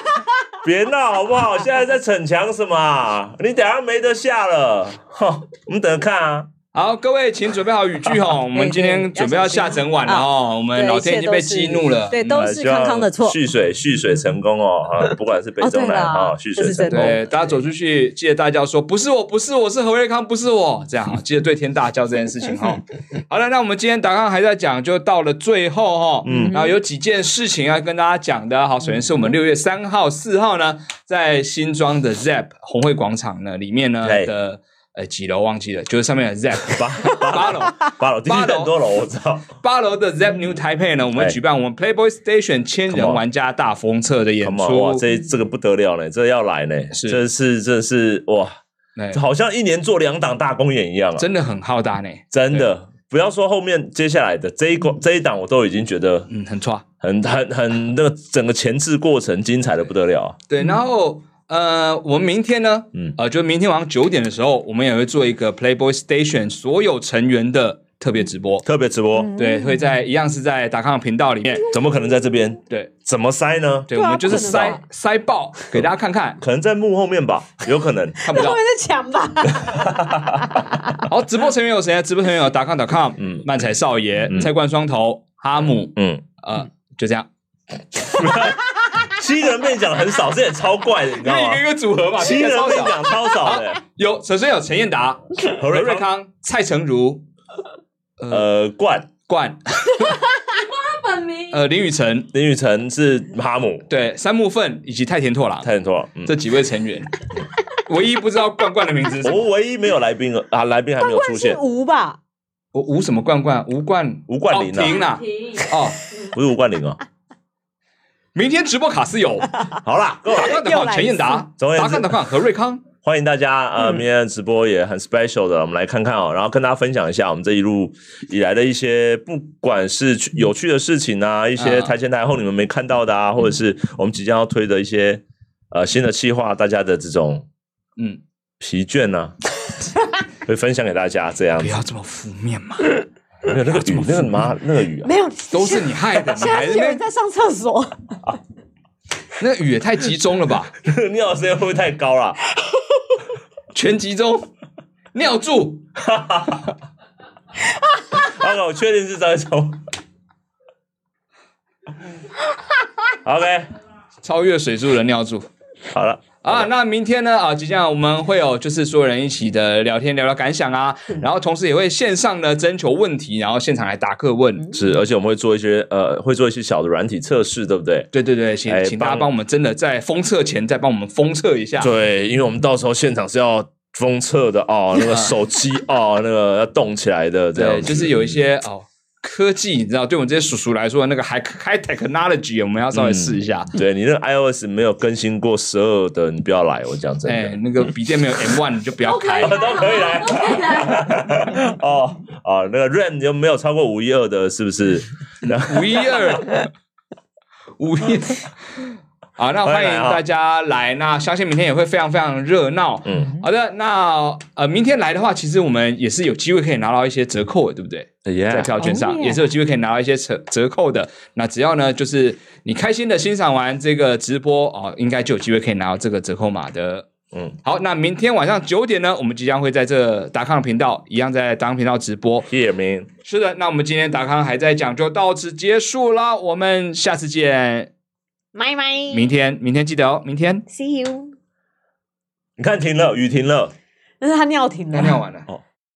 别闹好不好？现在在逞强什么啊？你等下没得下了， 哼，我们等着看啊。好，各位请准备好雨具 哦，我们今天准备要下整晚了哦，我们对老天已经被一切激都是怒了。嗯对，都呃是希望康康的错。蓄水蓄水成功哦，啊，不管是北哦中对南啦啊，蓄这水是成真的功。对，大家走出去，记得大叫说：“不是我，不是我，是何瑞康，不是我。”这样哈，记得对天大叫这件事情 哈。好了，那我们今天打刚还在讲，就到了最后哈。嗯，然后有几件事情要跟大家讲的。好，首先是嗯我们六月三号、四号呢，在新庄的 ZEP 红会广场呢里面呢对的呃几楼忘记了，就是上面的 ZEP 八 八楼。八楼，地八区楼很多楼，我知道。八楼的 ZEP New Taipei 呢，我们嗯哎举办我们 Playboy Station 千 Come 人 on 玩家大封测的演 Come on，哇，出。这这个不得了呢，这要来呢，是这是这是哇，哎好像一年做两档大公演一样啊，真的很浩大呢，真的。不要说后面接下来的这一关这一档，我都已经觉得嗯，很差。很很很那个整个前置过程精彩的不得了啊！对，然后呃，我们明天呢，嗯呃，就明天晚上九点的时候，我们也会做一个 Playboy Station 所有成员的特别直播。特别直播，对，会在一样是在达康频道里面。怎么可能在这边？对，怎么塞呢？对，对啊我们就是不可能塞吧塞爆给大家看看，可能在幕后面吧，有可 能。看不后 到面。在抢吧，好，直播成员有谁？啊直播成员有达康 .com，嗯嗯，漫才少爷、嗯菜冠双头、哈姆，嗯，呃，就这样，七个人被你讲得很少，这也超怪的，你知因道为一吗个一？ 个组合吧，七这个个人超被小你讲超 少的，有，首先有陈彦达、何何瑞瑞康，康、蔡成儒、呃，冠冠、他本名呃林雨晨、林雨晨是哈姆，对，三木份以及太田拓郎太多了。嗯，这几位成 员，唯一不知道冠冠的名字是什我么。们唯一没有来宾了啊，来宾还没有出现是，无吧？我吴什么冠冠，吴冠吴冠霖啊哦停 啦婷，哦，不是吴冠霖哦。明天直播卡斯 有，好啦，够打了，卡的又话来一次陈彦达， 总而言打之卡的话何瑞康，欢迎大家呃，明天的直播也很 special 的，我们来看看哦，然后跟大家分享一下我们这一路以来的一些，不管是去有趣的事情啊，一些嗯台前台后你们没看到的啊，或者是我们即将要推的一些呃新的企划，大家的这种啊嗯， 疲倦呢、会分享给大家这样不子。要这么负面嘛。没哎有那个 雨，那个妈那个 雨啊，没有，都是你害 的，你现在还是在有那人边在上厕所，那个雨也太集中了吧？那个尿声会不会太高啊了？全集中，尿柱， OK，我啊确定是张一 中。OK，超越水柱的尿柱。好了，啊，那明天呢？啊，即将我们会有就是所有人一起的聊天，聊聊感想啊，然后同时也会线上呢征求问题，然后现场来答客问。是，而且我们会做一些呃，会做一些小的软体测试，对不对？对对对，请哎请大家帮帮我们真的在封测前再帮我们封测一下。对，因为我们到时候现场是要封测的 哦，那个手机哦，那个要动起来的，这对，样就是有一些哦科技，你知道，对我们这些叔叔来说，那个 high high technology，我们要稍微试一下。对你那个 iOS 没有更新过十二的，你不要来，我讲真哎的，。那个笔电没有 M one，你就不要都可开以。哦都可以来都可以来。哦哦，那个 RAM 就没有超过五一二的，是不 是？五一二，五一。 好，那欢迎大家来。那相信明天也会非常非常热闹。嗯，好的，那呃，明天来的话，其实我们也是有机会可以拿到一些折扣的，对不对？在耶，票券上、哦耶也是有机会可以拿到一些折折扣的。那只要呢，就是你开心的欣赏完这个直播哦，应该就有机会可以拿到这个折扣码的。嗯，好，那明天晚上九点呢，我们即将会在这达康频道一样在达康频道直播。叶明，是的，那我们今天达康还在讲，就到此结束啦。我们下次见，拜拜啊明天明天记得哦，明天，See you。你看停了，雨停了。但是他尿停尿了。尿完了。哦